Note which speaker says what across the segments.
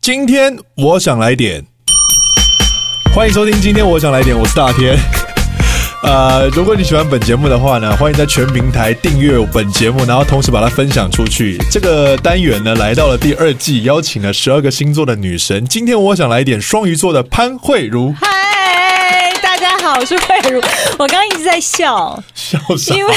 Speaker 1: 今天我想来点，欢迎收听。今天我想来点，我是大天。 呃，如果你喜欢本节目的话呢，欢迎在全平台订阅本节目，然后同时把它分享出去。这个单元呢，来到了第二季，邀请了十二个星座的女神。今天我想来点双鱼座的潘慧茹，
Speaker 2: 嗨，大家好，我是慧 茹。我刚刚一直在笑，
Speaker 1: 笑啥？
Speaker 2: 因为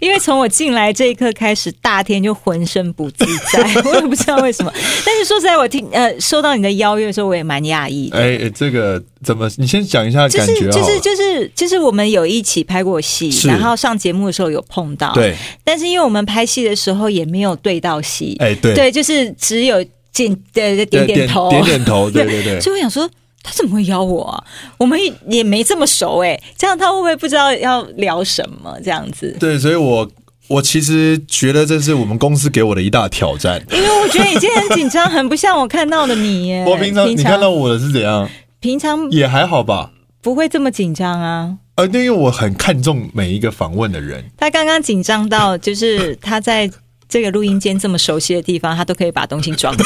Speaker 2: 因为从我进来这一刻开始，大天就浑身不自 在，我也不知道为什么。但是说实在，我听呃收到你的邀约的时候，我也蛮讶异的。
Speaker 1: 哎、这个怎么？你先讲一下
Speaker 2: 就
Speaker 1: 感
Speaker 2: 是
Speaker 1: 觉好
Speaker 2: 就
Speaker 1: 了
Speaker 2: 是就是就是我们有一起拍过戏，
Speaker 1: 是
Speaker 2: 然后上节目的时候有碰到，
Speaker 1: 对，
Speaker 2: 但是因为我们拍戏的时候也没有对到戏，
Speaker 1: 哎、对，
Speaker 2: 对，就是只有点点点点头，
Speaker 1: 点点 头，对对对。
Speaker 2: 所以我想说，他怎么会邀我啊？我们也没这么熟哎、这样他会不会不知道要聊什么？这样 子，
Speaker 1: 对，所以我我其实觉得这是我们公司给我的一大挑战。
Speaker 2: 因为我觉得你今天很紧张，很不像我看到的你耶、
Speaker 1: 我平常你看到
Speaker 2: 常
Speaker 1: 我的是怎 样，
Speaker 2: 平常
Speaker 1: 也还好吧。
Speaker 2: 不会这么紧张啊。
Speaker 1: 呃，对因为我很看重每一个访问的 人，
Speaker 2: 他刚刚紧张到，就是他在这个录音间这么熟悉的地方，他都可以把东西装到。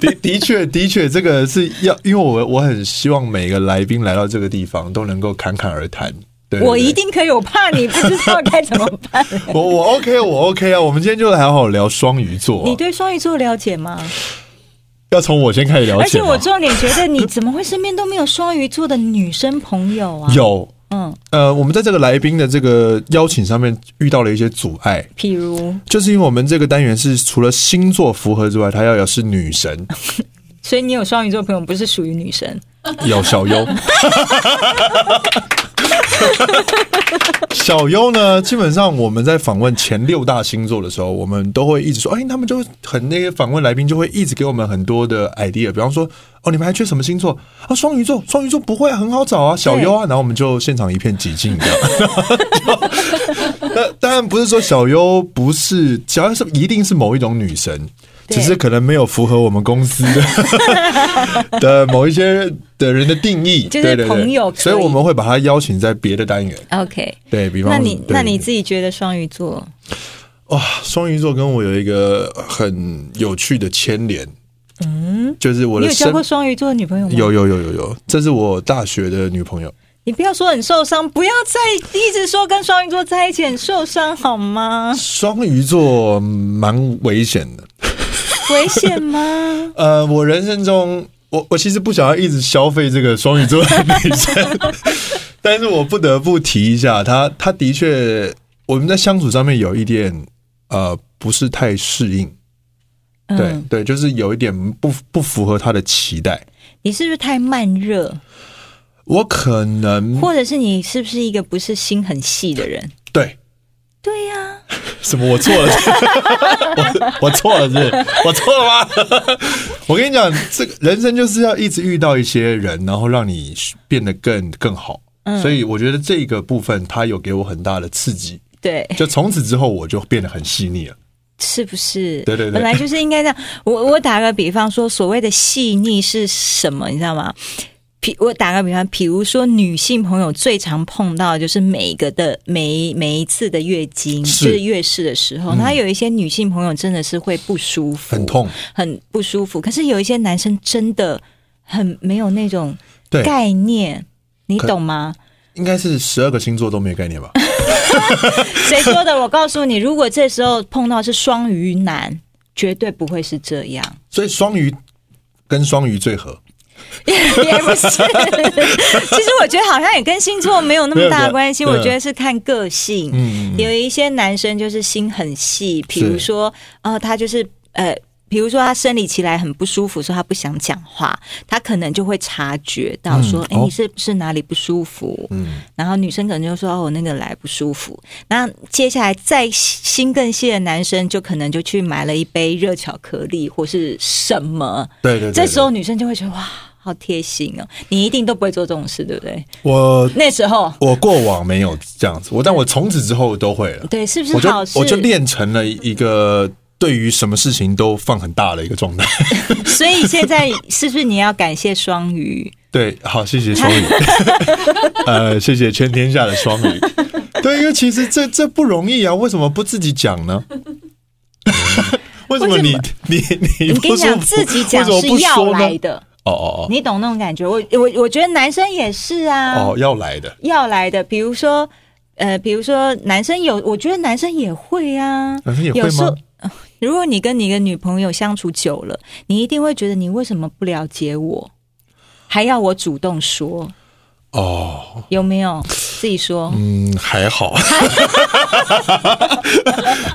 Speaker 1: 的的确的确，这个是要，因为我我很希望每个来宾来到这个地方都能够侃侃而谈。对对
Speaker 2: 我
Speaker 1: 对
Speaker 2: 一定可以，我怕你不知道该怎么 办。
Speaker 1: 我我 OK 我 OK 啊，我们今天就来好好聊双鱼座、
Speaker 2: 你
Speaker 1: 啊，
Speaker 2: 对双鱼座了解吗？
Speaker 1: 要从我先开始聊
Speaker 2: 而
Speaker 1: 起
Speaker 2: 且
Speaker 1: 吗。
Speaker 2: 我重点觉得，你怎么会身边都没有双鱼座的女生朋友啊？，
Speaker 1: 有
Speaker 2: 嗯，
Speaker 1: 呃，我们在这个来宾的这个邀请上面遇到了一些阻碍，
Speaker 2: 譬如。
Speaker 1: 就是因为我们这个单元是除了星座符合之外，它要有是女神，
Speaker 2: 所以你有双鱼座朋友不是属于女神，
Speaker 1: 有小优。小优呢，基本上我们在访问前六大星座的时候，我们都会一直说，哎，他们就很那些访问来宾就会一直给我们很多的 idea，比方说，哦，你们还缺什么星座啊？双鱼座，双鱼座不会啊很好找啊，小优啊，然后我们就现场一片寂静这样。 那当然不是说小优不是，小优是一定是某一种女神，
Speaker 2: 对
Speaker 1: 只是可能没有符合我们公司的 的某一些的人的定义，
Speaker 2: 就是
Speaker 1: 对对对
Speaker 2: 朋友可以
Speaker 1: 所以我们会把她邀请在别的单元，
Speaker 2: OK？
Speaker 1: 对比方
Speaker 2: 那你
Speaker 1: 对
Speaker 2: 那你自己觉得双鱼座
Speaker 1: 哇，嗯双鱼座跟我有一个很有趣的牵连，嗯，就是我
Speaker 2: 你
Speaker 1: 的
Speaker 2: 有交
Speaker 1: 生
Speaker 2: 过双鱼座的女朋友吗？
Speaker 1: 有，有有有有，这是我大学的女朋友。？
Speaker 2: 你不要说很受伤，不要再一直说跟双鱼座在一起很受伤好吗
Speaker 1: 双鱼座蛮危险的，
Speaker 2: 危险吗？
Speaker 1: 呃，我人生中，我我其实不想要一直消费这个双鱼座的女生，但是我不得不提一下，她她的确，我们在相处上面有一点呃不是太适应，
Speaker 2: 嗯
Speaker 1: 对、对，就是有一点不不符合她的期待。
Speaker 2: 你是不是太慢热，
Speaker 1: 我可能
Speaker 2: 或者是你是不是一个不是心很细的人？
Speaker 1: 对
Speaker 2: 对呀、
Speaker 1: 什么我错了， 我我错了是不是我错了吗？ 我跟你讲，这个人生就是要一直遇到一些人，然后让你变得更更好。所以我觉得这个部分它有给我很大的刺激，
Speaker 2: 对，
Speaker 1: 就从此之后我就变得很细腻了。
Speaker 2: 是不是？
Speaker 1: 对对对
Speaker 2: 本来就是应该这样。我我打个比方说，所谓的细腻是什么？你知道吗？比我打个比方，比如说女性朋友最常碰到的就是每个的每一每一次的月经，
Speaker 1: 是嗯
Speaker 2: 就是月事的时候，她、有一些女性朋友真的是会不舒服，
Speaker 1: 很痛，
Speaker 2: 很不舒服。可是有一些男生真的很没有那种
Speaker 1: 对
Speaker 2: 概念，你
Speaker 1: 可
Speaker 2: 懂吗？
Speaker 1: 应该是十二个星座都没有概念吧？
Speaker 2: 谁说的？我告诉你，如果这时候碰到是双鱼男，绝对不会是这样。
Speaker 1: 所以双鱼跟双鱼最合，
Speaker 2: 也也不是，其实我觉得好像也跟星座没有那么大的关系，
Speaker 1: 没有
Speaker 2: 我
Speaker 1: 没有
Speaker 2: 觉得是看个性。
Speaker 1: 嗯，
Speaker 2: 有一些男生就是心很细，比如说，呃，他就是呃。比如说他生理期来很不舒服，说他不想讲话，他可能就会察觉到说，
Speaker 1: 嗯
Speaker 2: 哎、
Speaker 1: 哦
Speaker 2: 你是不是哪里不舒服？
Speaker 1: 嗯，
Speaker 2: 然后女生可能就说，哦，我那个来不舒服。那接下来再心更细的男生，就可能就去买了一杯热巧克力或是什么，
Speaker 1: 对对对
Speaker 2: 这时候女生就会觉得哇，好贴心哦！你一定都不会做这种事，对不对？
Speaker 1: 我
Speaker 2: 那时候，
Speaker 1: 我过往没有这样子，我但我从此之后都会了，
Speaker 2: 对，是不
Speaker 1: 我
Speaker 2: 是好事？
Speaker 1: 就我就练成了一个对于什么事情都放很大的一个状态。
Speaker 2: 所以现在是不是你要感谢 双鱼？
Speaker 1: 对，好，谢谢双鱼， 呃，谢谢全天下的双鱼。对，因为其实这这不容易啊，为什么不自己讲呢？ 为什么你你你
Speaker 2: 我跟
Speaker 1: 不
Speaker 2: 你讲，
Speaker 1: 说
Speaker 2: 自己讲
Speaker 1: 为什么
Speaker 2: 是
Speaker 1: 不
Speaker 2: 要
Speaker 1: 说呢
Speaker 2: 来的，
Speaker 1: 哦哦
Speaker 2: 你懂那种感觉？我我我觉得男生也是啊，
Speaker 1: 哦哦，要来的
Speaker 2: 要来的，比如说。呃，比如说男生有，我觉得男生也会啊。
Speaker 1: 男嗯呃生也会
Speaker 2: 有时候
Speaker 1: 吗？
Speaker 2: 如果你跟你一个女朋友相处久了，你一定会觉得你为什么不了解我，还要我主动说，
Speaker 1: 哦，
Speaker 2: 有没有？自己说。
Speaker 1: 嗯，还 好，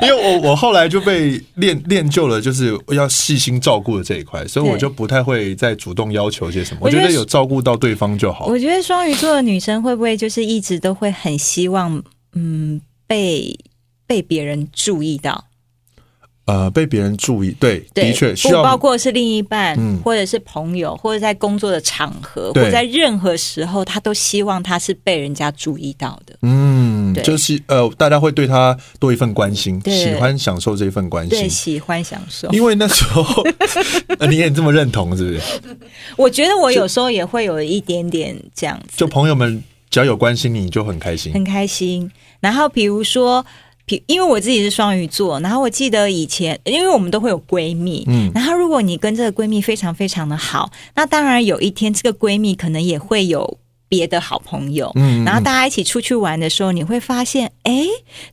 Speaker 1: 因为我我后来就被练练就了，就是要细心照顾的这一块，所以我
Speaker 2: 对
Speaker 1: 就不太会再主动要求些什么。
Speaker 2: 我
Speaker 1: 我
Speaker 2: 觉
Speaker 1: 觉
Speaker 2: 得
Speaker 1: 得有照顾到对方就好。
Speaker 2: 我觉得双鱼座的女生会不会就是一直都会很希望，嗯，被被别人注意到？
Speaker 1: 呃，被别人注意，对，
Speaker 2: 对，
Speaker 1: 的确需
Speaker 2: 不包
Speaker 1: 要。
Speaker 2: 括是另一半，
Speaker 1: 嗯
Speaker 2: 或者是朋友，或者在工作的场合，
Speaker 1: 对
Speaker 2: 或在任何时候，她都希望她是被人家注意到的。
Speaker 1: 嗯，
Speaker 2: 对
Speaker 1: 就是呃，大家会对他多一份关心，
Speaker 2: 对
Speaker 1: 喜欢享受这一份关
Speaker 2: 对，
Speaker 1: 心，
Speaker 2: 喜欢享受。
Speaker 1: 因为那时候 呃你也这么认同，是不是？
Speaker 2: 我觉得我有时候也会有一点点这样子，
Speaker 1: 就朋友们只要有关心你，你就很开心。
Speaker 2: 很开心。然后比如说，比因为我自己是双鱼座，然后我记得以前，因为我们都会有闺蜜，
Speaker 1: 嗯
Speaker 2: 然后如果你跟这个闺蜜非常非常的好，那当然有一天这个闺蜜可能也会有别的好朋友，
Speaker 1: 嗯，
Speaker 2: 然后大家一起出去玩的时候，你会发现，哎，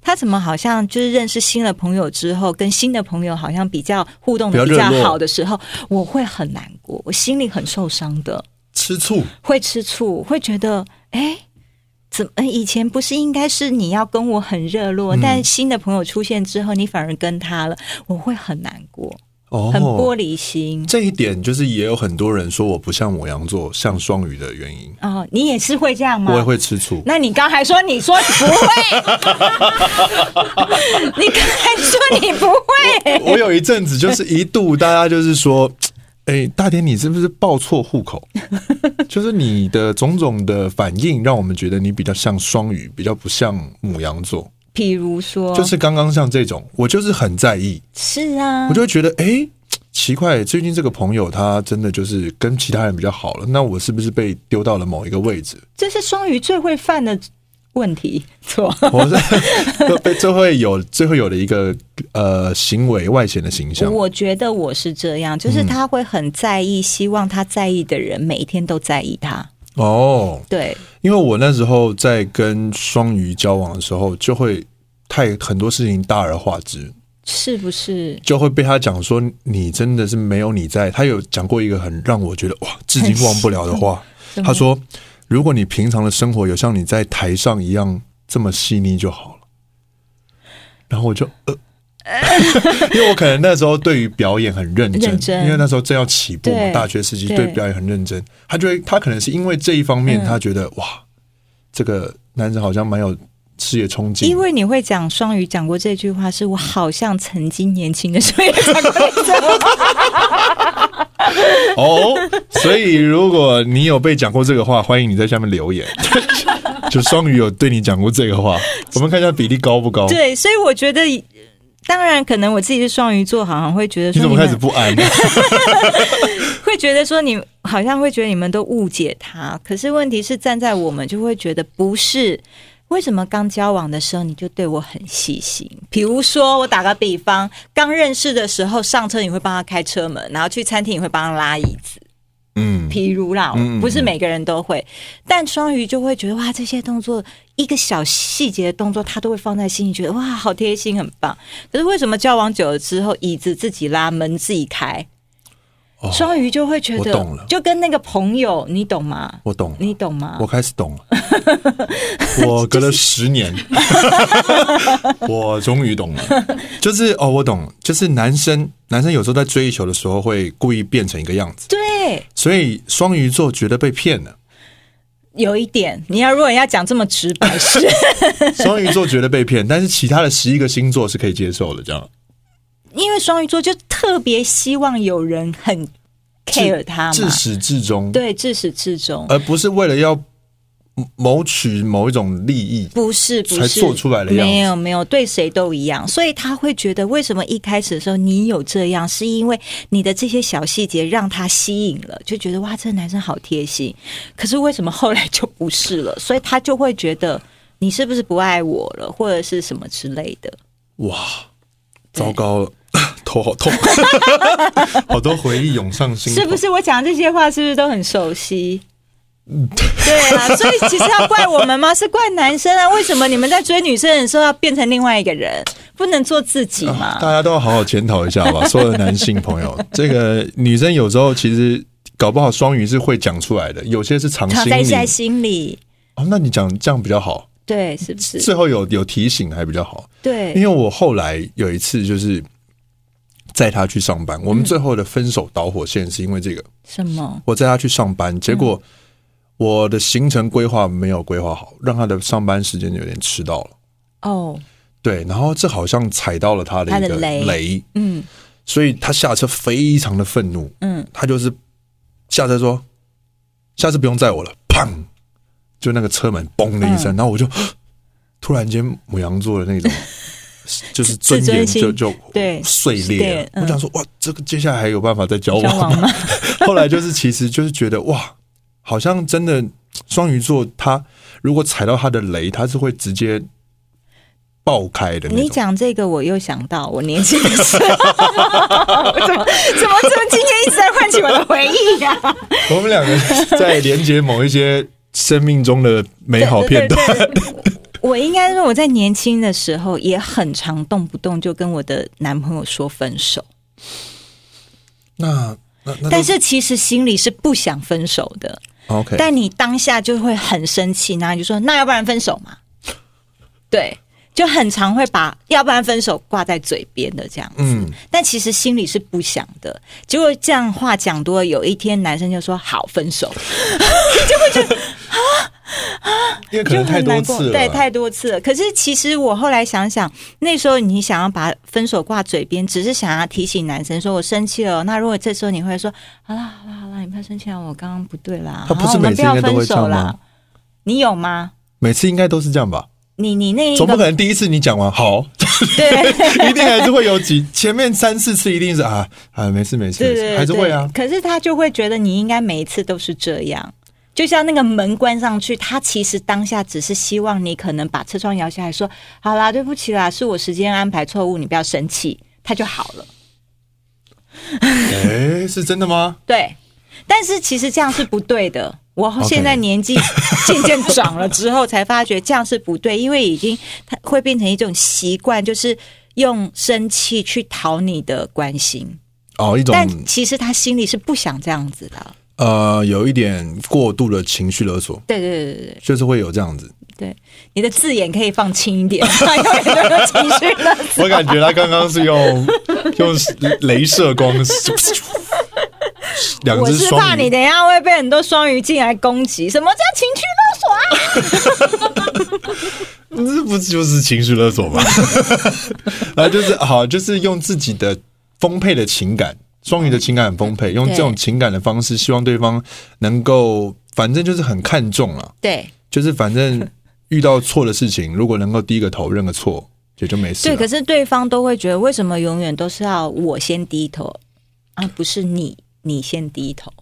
Speaker 2: 他怎么好像就是认识新的朋友之后，跟新的朋友好像比较互动的
Speaker 1: 比
Speaker 2: 比
Speaker 1: 较
Speaker 2: 较
Speaker 1: 热络
Speaker 2: 好的时候，我会很难过，我心里很受伤的，
Speaker 1: 吃醋，
Speaker 2: 会吃醋，会觉得，哎。怎么？呃以前不是应该是你要跟我很热络，
Speaker 1: 嗯
Speaker 2: 但新的朋友出现之后，你反而跟他了，我会很难过，
Speaker 1: 哦，
Speaker 2: 很玻璃心。
Speaker 1: 这一点就是也有很多人说我不像母羊座，像双鱼的原因，
Speaker 2: 哦，你也是会这样吗？
Speaker 1: 我也会吃醋。
Speaker 2: 那你刚才说你说你不会， 你刚才说你不会，
Speaker 1: 我有一阵子就是一度大家就是说，哎，大田你是不是报错户口？就是你的种种的反应让我们觉得你比较像双鱼，比较不像母羊座。
Speaker 2: 比如说，
Speaker 1: 就是刚刚像这种，我就是很在意，
Speaker 2: 是啊
Speaker 1: 我，就会觉得哎。诶奇怪，最近这个朋友他真的就是跟其他人比较好了，那我是不是被丢到了某一个位置？
Speaker 2: 这是双鱼最会犯的问题错。
Speaker 1: 我是被最会有最会有的一个呃行为外显的形象。
Speaker 2: 我觉得我是这样，就是
Speaker 1: 嗯
Speaker 2: 他会很在意，希望他在意的人每一天都在意他。
Speaker 1: 哦，
Speaker 2: 对，
Speaker 1: 因为我那时候在跟双鱼交往的时候，就会太很多事情大而化之，
Speaker 2: 是不是？
Speaker 1: 就会被他讲说你真的是没有你在。他有讲过一个很让我觉得哇至今忘不了的话，
Speaker 2: 什么
Speaker 1: 他说：“如果你平常的生活有像你在台上一样这么细腻就好了。”然后我就 呃，因为我可能那时候对于表演很认真，
Speaker 2: 认真
Speaker 1: 因为那时候正要起步嘛，
Speaker 2: 对
Speaker 1: 大学时期
Speaker 2: 对
Speaker 1: 对表演很认真。他就会，他可能是因为这一方面，
Speaker 2: 嗯
Speaker 1: 他觉得哇，这个男人好像蛮有事业憧憬
Speaker 2: 因。为你会讲双语，讲过这句话，是我好像曾经年轻的时候也讲过 这句话。
Speaker 1: 哦，所以如果你有被讲过这个话，欢迎你在下面留 言。就双鱼有对你讲过这个话，我们看一下比例高不高？
Speaker 2: 对，所以我觉得，呃当然可能我自己是双鱼座，好像会觉得
Speaker 1: 你
Speaker 2: 说
Speaker 1: 怎么
Speaker 2: 们
Speaker 1: 开始不安？
Speaker 2: 会觉得说你好像会觉得你们都误解他，可是问题是站在我们就会觉得不是。为什么刚交往的时候你就对我很细心？比如说，我打个比方，刚认识的时候上车你会帮他开车门，然后去餐厅你会帮他拉椅子。
Speaker 1: 嗯，
Speaker 2: 譬如啦
Speaker 1: 嗯嗯，嗯
Speaker 2: 不是每个人都会，但双鱼就会觉得哇，这些动作一个小细节的动作，他都会放在心里，觉得哇，好贴心，很棒。可是为什么交往久了之后，椅子自己拉，门自己开
Speaker 1: 哦？
Speaker 2: 双鱼就会觉
Speaker 1: 我懂
Speaker 2: 得
Speaker 1: 了，
Speaker 2: 就跟那个朋友，你懂吗？
Speaker 1: 我懂了，
Speaker 2: 你懂吗
Speaker 1: 我？开始懂 了。我隔了十年，我终于懂了。就是哦，我懂，就是男生男生有时候在追求的时候会故意变成一个样子，
Speaker 2: 对，
Speaker 1: 所以双鱼座觉得被骗 了，
Speaker 2: 有一点，你要如果要讲这么直白是，
Speaker 1: 双鱼座觉得被骗，但是其他的十一个星座是可以接受的，这 样
Speaker 2: 因为双鱼座就特别希望有人很 care 他
Speaker 1: 至
Speaker 2: 嘛，
Speaker 1: 始至终，
Speaker 2: 对，至始至终。
Speaker 1: 而不是为了要谋取某一种利益。
Speaker 2: 不是，不
Speaker 1: 才
Speaker 2: 是
Speaker 1: 做出来的样子
Speaker 2: 没有没有，对谁都一样，所以他会觉得为什么一开始的时候你有这样，是因为你的这些小细节让他吸引了，就觉得哇，这个男生好贴心。可是为什么后来就不是了？所以他就会觉得你是不是不爱我了，或者是什么之类的。
Speaker 1: 哇，
Speaker 2: 对
Speaker 1: 糟糕了， 头好痛，好多回忆涌上心头。
Speaker 2: 是不是我讲这些话是不是都很 熟悉？对啊，所以其实要怪我们吗？是怪男生啊？为什么你们在追女生的时候要变成另外一个人，不能做自己吗？
Speaker 1: 大家都要好好检讨一下 吧，所有的男性朋友，这个女生有时候其实搞不好双鱼是会讲出来的，有些是藏
Speaker 2: 藏
Speaker 1: 心
Speaker 2: 在
Speaker 1: 里。
Speaker 2: 在心里，
Speaker 1: 哦，那你讲这样比较好，
Speaker 2: 对，是不是？
Speaker 1: 最后有有提醒还比较好。因
Speaker 2: 对，
Speaker 1: 为我后来有一次就是载她去上班，我们最后的分手导火线是因为这个，
Speaker 2: 什么？
Speaker 1: 我载她去上班，结果
Speaker 2: 嗯
Speaker 1: 我的行程规划没有规划好，让她的上班时间有点迟到了。
Speaker 2: 哦，
Speaker 1: 对，然后这好像踩到了她的
Speaker 2: 她的
Speaker 1: 一个
Speaker 2: 雷
Speaker 1: 雷
Speaker 2: 嗯
Speaker 1: 所以他下车非常的愤怒，
Speaker 2: 嗯，
Speaker 1: 他就是下车说：“下次不用载我了。”砰，就那个车门嘣的一
Speaker 2: 嗯
Speaker 1: 声，然后我就 突然间母羊座的那 种，就是尊严
Speaker 2: 自尊心
Speaker 1: 就就
Speaker 2: 对
Speaker 1: 碎裂了
Speaker 2: 对。嗯
Speaker 1: 我想说，哇，这个接下来还有办法再交
Speaker 2: 交
Speaker 1: 往
Speaker 2: 往
Speaker 1: 吗？
Speaker 2: 吗？
Speaker 1: 后来就是其实就是觉得哇，好像真的双鱼座他如果踩到他的雷，他是会直接爆开的那
Speaker 2: 你
Speaker 1: 种。
Speaker 2: 讲这个，我又想到我年轻的 时候，我怎么怎么怎么今天一直在唤起我的回忆呀、 啊？
Speaker 1: 我们两 个在连接某一些生命中的美好片段。
Speaker 2: 对对对我应该说，我在年轻的时候也很常动不动就跟我的男朋友说分手，
Speaker 1: 那那那都哦
Speaker 2: 但是其实心里是不想分手的，
Speaker 1: OK，
Speaker 2: 但你当下就会很生气，然后你就说那要不然分手嘛？对，就很常会把要不然分手挂在嘴边的这样子，
Speaker 1: 嗯
Speaker 2: 但其实心里是不想的。结果这样话讲多了，有一天男生就说好分手，
Speaker 1: 因为可
Speaker 2: 就
Speaker 1: 能太
Speaker 2: 很
Speaker 1: 多
Speaker 2: 难过，
Speaker 1: 次了，啊
Speaker 2: 对，太多次了。可是其实我后来想想，那时候你想要把分手挂嘴边，只是想要提醒男生说我生气了。那如果这时候你会说，好啦好啦好啦，你不要生气啊了，我刚刚不对啦，
Speaker 1: 他不是
Speaker 2: 好我们
Speaker 1: 每次
Speaker 2: 不要
Speaker 1: 应该都会
Speaker 2: 分
Speaker 1: 这样
Speaker 2: 手
Speaker 1: 吗
Speaker 2: 啦。你有吗？
Speaker 1: 每次应该都是这样吧？
Speaker 2: 你你那一
Speaker 1: 总不可
Speaker 2: 个
Speaker 1: 能第一次你讲完好，
Speaker 2: 对。
Speaker 1: 一定还是会有几前面三四次一定是啊啊没事没事
Speaker 2: 对
Speaker 1: 没
Speaker 2: 对
Speaker 1: 事，
Speaker 2: 对，
Speaker 1: 还是会啊。
Speaker 2: 可是他就会觉得你应该每一次都是这样，就像那个门关上去，他其实当下只是希望你可能把车窗摇下来说：“好啦，对不起啦，是我时间安排错误，你不要生气。”他就好了。
Speaker 1: 哎，是真的吗？
Speaker 2: 对，但是其实这样是不对的。我
Speaker 1: OK
Speaker 2: 现在年纪渐渐长了之后，才发觉这样是不对，因为已经它会变成一种习惯，就是用生气去讨你的关心，
Speaker 1: 哦，一种
Speaker 2: 但其实他心里是不想这样子的。
Speaker 1: 呃有一点过度的情绪勒索，
Speaker 2: 对对对对对。
Speaker 1: 就是会有这样子。
Speaker 2: 对，你的字眼可以放轻一点，因为这个情绪勒 索。
Speaker 1: 我感觉他刚刚是 用用镭射光，两
Speaker 2: 我
Speaker 1: 只
Speaker 2: 是怕
Speaker 1: 双
Speaker 2: 你
Speaker 1: 鱼
Speaker 2: 等一下会被很多双鱼进来攻击，什么叫情绪勒索啊？
Speaker 1: 这不就是情绪勒 索吗？然后就是好，就是用自己的丰沛的情感，双鱼的情感很丰沛，用这种情感的方式，希望对方能够，反正就是很看重了，
Speaker 2: 对
Speaker 1: 就是反正遇到错的事情，如果能够低个头认个错，也就没事
Speaker 2: 对，可
Speaker 1: 了。
Speaker 2: 是对方都会觉得为什么永远都是要我先低头啊？不是你，你先低头。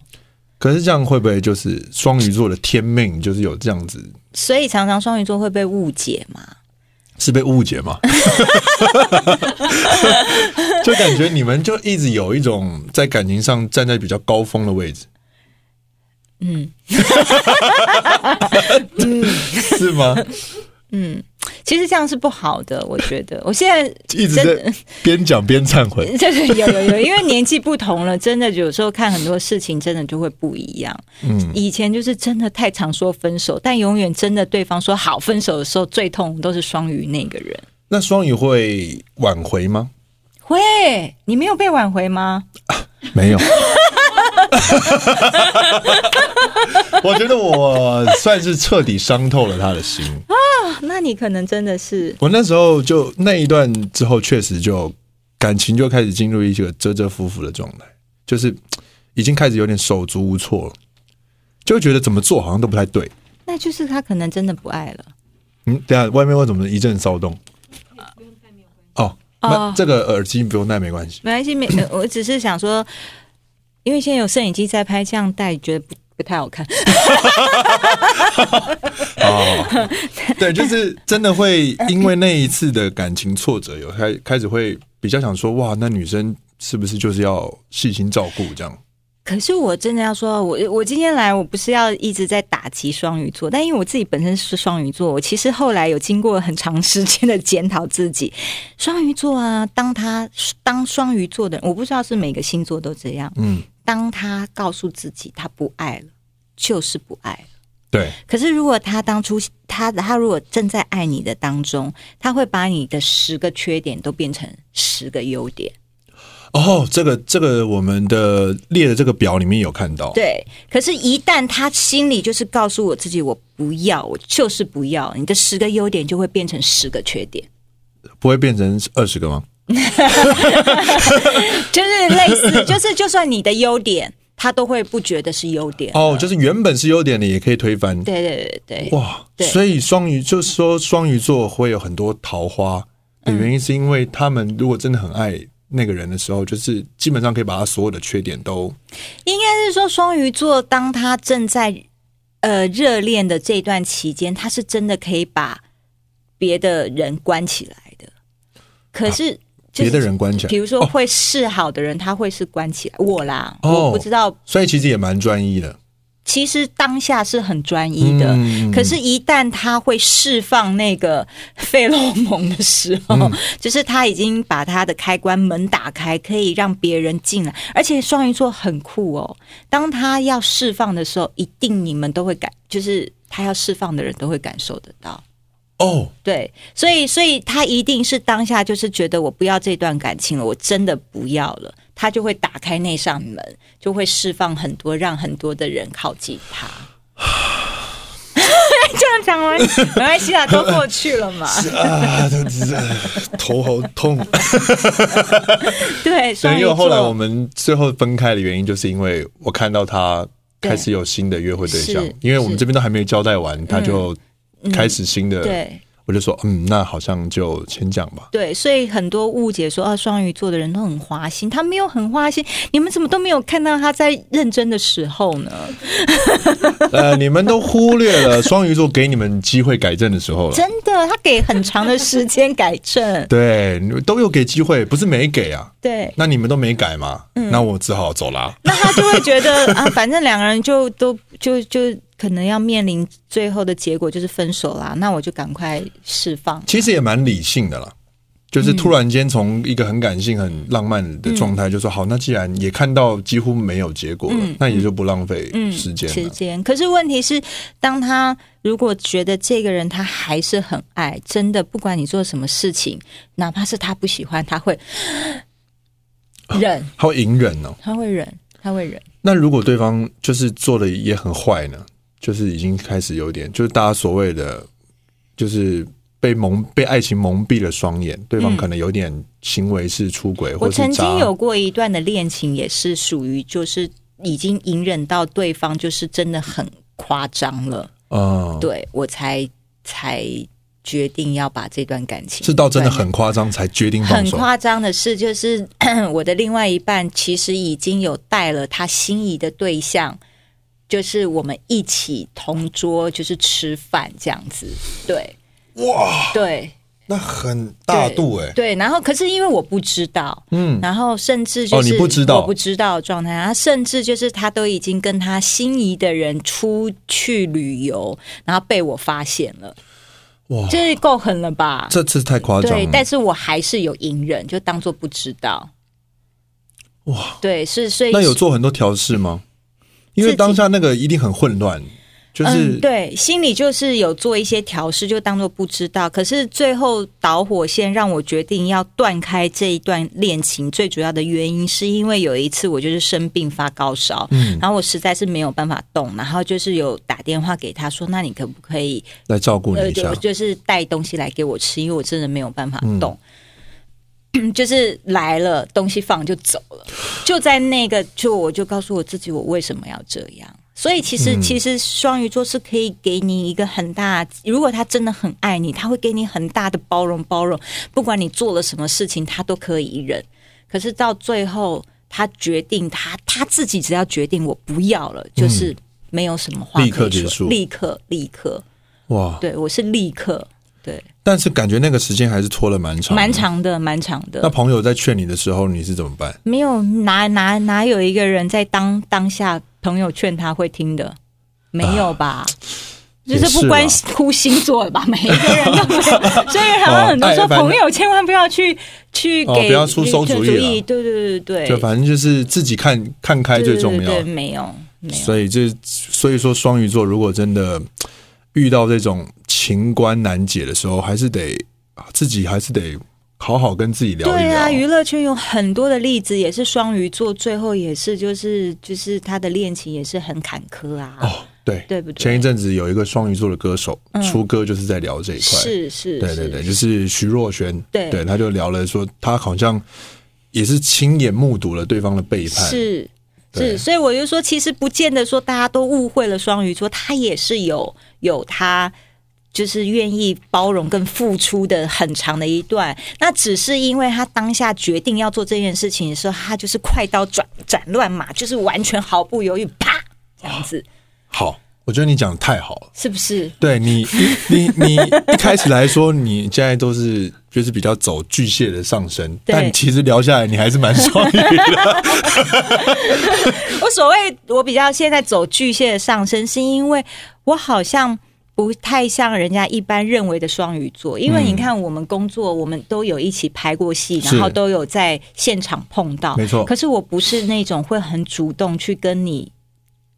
Speaker 1: 可是这样会不会就是双鱼座的天命，就是有这样子
Speaker 2: 所以常常双鱼座会被误解嘛？
Speaker 1: 是被误解吗？ 就感觉你们就一直有一种在感情上站在比较高峰的位置。嗯， 是吗？
Speaker 2: 其实这样是不好的，我觉得。我现在
Speaker 1: 一直
Speaker 2: 真
Speaker 1: 在边讲边忏悔。
Speaker 2: 就是有有有，因为年纪不同了，真的有时候看很多事情，真的就会不一样。嗯，以前就是真的太常说分手，但永远真的对方说好分手的时候，最痛都是双鱼那个人。
Speaker 1: 那双鱼会挽回吗？
Speaker 2: 会，你没有被挽回吗？
Speaker 1: 没有。 我觉得我算是彻底伤透了他的心。
Speaker 2: 啊那你可能真的是
Speaker 1: 我那时候就那一段之后，确实就感情就开始进入一个遮遮伏伏的状态，就是嘖已经开始有点手足无措了，就会觉得怎么做好像都不太对。
Speaker 2: 那就是他可能真的不爱了。
Speaker 1: 嗯，等一下外面为什么一阵骚动？哦，那
Speaker 2: 哦
Speaker 1: 这个耳机不用戴没关系。
Speaker 2: 没关系，没，呃我只是想说，因为现在有摄影机在拍，这样戴觉得不不太好看。
Speaker 1: 哦，对，就是真的会因为那一次的感情挫折，有开开始会比较想说，哇，那女生是不是就是要细心照顾这样？
Speaker 2: 可是我真的要说，我我今天来，我不是要一直在打击双鱼座，但因为我自己本身是双鱼座，我其实后来有经过很长时间的检讨自己。双鱼座啊，当他当双鱼座的人，我不知道是每个星座都这样。
Speaker 1: 嗯，
Speaker 2: 当他告诉自己他不爱了，就是不爱了。
Speaker 1: 对，
Speaker 2: 可是如果他当初他他如果正在爱你的当中，他会把你的十个缺点都变成十个优点。
Speaker 1: 哦，这个这个我们的列的这个表里面有看到，
Speaker 2: 对，可是，一旦他心里就是告诉我自己，我不要，我就是不要，你的十个优点就会变成十个缺点，
Speaker 1: 不会变成二十个吗？
Speaker 2: 就是类似，就是就算你的优 点，他都会不觉得是优点。
Speaker 1: 哦，就是原本是优点的也可以推翻。
Speaker 2: 啊对对对对，
Speaker 1: 哇，
Speaker 2: 对
Speaker 1: 所以双鱼就是说双鱼座会有很多桃花的原因，是因为他们如果真的很爱那个人的时候，就是基本上可以把他所有的缺点都
Speaker 2: 应该是说双鱼座，当他正在呃热恋的这段期间，他是真的可以把别的人关起来的。可是、就
Speaker 1: 别
Speaker 2: 是
Speaker 1: 的人关起来
Speaker 2: 比。如说会示好的人，他会是关起来。我啦，
Speaker 1: 哦
Speaker 2: 我不知道
Speaker 1: 所以其实也蛮专一的，
Speaker 2: 其实当下是很专一的，
Speaker 1: 嗯
Speaker 2: 可是，一旦他会释放那个费洛蒙的时候，
Speaker 1: 嗯
Speaker 2: 就是他已经把他的开关门打开，可以让别人进来。而且双鱼座很酷哦，当他要释放的时候，一定你们都会感，就是他要释放的人都会感受得到。
Speaker 1: 哦，
Speaker 2: 对，所以所以他一定是当下就是觉得我不要这段感情了，我真的不要了，他就会打开那扇门，就会释放很多，让很多的人靠近他。 这样讲完没关系啊，都过去了嘛。
Speaker 1: 啊，这这头好 痛。
Speaker 2: 对，双
Speaker 1: 对，哦
Speaker 2: 鱼
Speaker 1: 因为
Speaker 2: 座
Speaker 1: 后来我们最后分开的原因，就是因为我看到他开始有新的约会对象
Speaker 2: 对是，嗯
Speaker 1: 因为我们这边都还没有交代完，他就开始新的。
Speaker 2: 对
Speaker 1: 我就说，嗯，那好像就先讲吧。
Speaker 2: 对，所以很多误解说啊，双鱼座的人都很花心，他没有很花心，你们怎么都没有看到他在认真的时候呢？
Speaker 1: 呃，你们都忽略了双鱼座给你们机会改正的时候了。
Speaker 2: 真的，他给很长的时间改正。
Speaker 1: 对，你们都有给机会，不是没给啊。
Speaker 2: 对，
Speaker 1: 那你们都没改嘛？那我只好走啦。
Speaker 2: 那他就会觉得 啊，反正两个人就都就就可能要面临最后的结果就是分手啦，那我就赶快释放。
Speaker 1: 其实也蛮理性的啦，就是突然间从一个很感性、很浪漫的状态，就说好，那既然也看到几乎没有结果了，那也就不浪费时间
Speaker 2: 时
Speaker 1: 了。
Speaker 2: 间，可是问题是，当他如果觉得这个人他还是很爱，真的不管你做什么事情，哪怕是他不喜欢，他会 忍，
Speaker 1: 他会隐忍哦。
Speaker 2: 他会忍，他会忍。
Speaker 1: 那如果对方就是做的也很坏呢？就是已经开始有点，就是大家所谓的，就是被蒙被爱情蒙蔽了双眼，对方可能有点行为是出轨，或
Speaker 2: 嗯我
Speaker 1: 者
Speaker 2: 曾
Speaker 1: 是渣
Speaker 2: 经。有过一段的恋情，也是属于就是已经隐忍到对方就是真的很夸张了。
Speaker 1: 嗯，
Speaker 2: 对我才才决定要把这段感情
Speaker 1: 是到真的很夸张才决定放
Speaker 2: 很
Speaker 1: 手。
Speaker 2: 夸张的事，就是 我的另外一半其实已经有带了他心仪的对象，就是我们一起同桌，就是吃饭这样子。对
Speaker 1: 哇，
Speaker 2: 对
Speaker 1: 那很大度哎、
Speaker 2: 对，然后可是因为我不知道，嗯，然后甚至就是、
Speaker 1: 哦你不知道
Speaker 2: 我不知道的状态，然后甚至就是他都已经跟他心仪的人出去旅游，然后被我发现了，
Speaker 1: 哇
Speaker 2: 这够狠了吧？
Speaker 1: 这次太夸张了。
Speaker 2: 对，但是我还是有隐忍，就当做不知道。
Speaker 1: 哇，
Speaker 2: 对，是所以
Speaker 1: 那有做很多调试吗？因为当下那个一定很混乱，就是、
Speaker 2: 嗯，对，心里就是有做一些调试，就当做不知道。可是最后导火线让我决定要断开这一段恋情，最主要的原因是因为有一次我就是生病发高烧，
Speaker 1: 嗯
Speaker 2: 然后我实在是没有办法动，然后就是有打电话给他说，那你可不可以
Speaker 1: 来照顾你
Speaker 2: 呃，
Speaker 1: 一下嗯
Speaker 2: 就。就是带东西来给我吃，因为我真的没有办法动。 就是来了，东西放就走了，就在那个就我就告诉我自己，我为什么要这样。所以其实、
Speaker 1: 嗯
Speaker 2: 其实双鱼座是可以给你一个很大，如果他真的很爱你，他会给你很大的包容包容，不管你做了什么事情，他都可以忍。可是到最后，他决定他他自己只要决定我不要了，就是没有什么话
Speaker 1: 嗯立
Speaker 2: 可以
Speaker 1: 刻结
Speaker 2: 说
Speaker 1: 束
Speaker 2: 立刻立刻。
Speaker 1: 哇，
Speaker 2: 对我是立刻，对，
Speaker 1: 但是感觉那个时间还是拖了蛮长，
Speaker 2: 蛮。长的，蛮长
Speaker 1: 那
Speaker 2: 的。
Speaker 1: 朋友在劝你的时候，你是怎么办？
Speaker 2: 没有哪哪哪有一个人在当当下朋友劝他会听的，没有吧？
Speaker 1: 啊也
Speaker 2: 就是是不关
Speaker 1: 啦
Speaker 2: 乎星座了吧？ 每一个人 都没有，所以好像很多
Speaker 1: 哎
Speaker 2: 说
Speaker 1: 反正
Speaker 2: 朋友千万不要去去
Speaker 1: 哦
Speaker 2: 给
Speaker 1: 不要出馊
Speaker 2: 就
Speaker 1: 主意
Speaker 2: 主
Speaker 1: 啦
Speaker 2: 意，对对对对
Speaker 1: 就
Speaker 2: 对，
Speaker 1: 反正就是自己看看开最重要
Speaker 2: 哎对对。对没有没有，
Speaker 1: 所以这所以说，双鱼座如果真的遇到这种情关难解的时候，还是得自己还是得好好跟自己聊一
Speaker 2: 对啊，
Speaker 1: 聊。
Speaker 2: 娱乐圈有很多的例子，也是双鱼座，最后也是就是就是他的恋情也是很坎坷啊，
Speaker 1: 哦，对，
Speaker 2: 对不对？
Speaker 1: 前一阵子有一个双鱼座的歌手
Speaker 2: 嗯
Speaker 1: 出歌，就是在聊这一块。
Speaker 2: 是是，
Speaker 1: 对对
Speaker 2: 是
Speaker 1: 对，就是徐若瑄，
Speaker 2: 对
Speaker 1: 对，他就聊了说，他好像也是亲眼目睹了对方的背叛，
Speaker 2: 是
Speaker 1: 对
Speaker 2: 是，所以我就说，其实不见得说大家都误会了双鱼座，他也是有有他。就是愿意包容跟付出的很长的一段，那只是因为他当下决定要做这件事情的时候，他就是快刀斩斩乱麻，就是完全毫不犹豫，啪这样子，
Speaker 1: 好，我觉得你讲的太好了。
Speaker 2: 是不是？
Speaker 1: 对你，你你一开始来说，你现在都是就是比较走巨蟹的上升，
Speaker 2: 对
Speaker 1: 但其实聊下来，你还是蛮双鱼 的。
Speaker 2: 我所谓我比较现在走巨蟹的上升，是因为我好像不太像人家一般认为的双鱼座，因为你看我们工作，我们都有一起拍过戏，
Speaker 1: 是
Speaker 2: 然后都有在现场碰到，
Speaker 1: 没错
Speaker 2: 可是我不是那种会很主动去跟你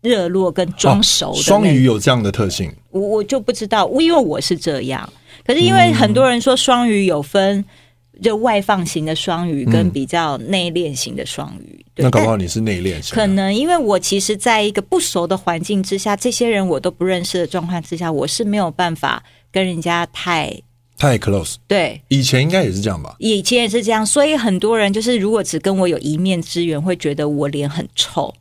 Speaker 2: 热络跟装熟的、那
Speaker 1: 双鱼有这样的特性，
Speaker 2: 我我就不知道，因为我是这样。可是因为很多人说双鱼有分，就外放型的双鱼跟比较内敛型的双鱼，对
Speaker 1: 嗯那搞
Speaker 2: 但
Speaker 1: 不好你是内敛型的。
Speaker 2: 可能因为我其实在一个不熟的环境之下，这些人我都不认识的状况之下，我是没有办法跟人家太
Speaker 1: 太 close，
Speaker 2: 对。
Speaker 1: 以前应该也是这样吧？
Speaker 2: 以前也是这样，所以很多人就是如果只跟我有一面之缘，会觉得我脸很臭。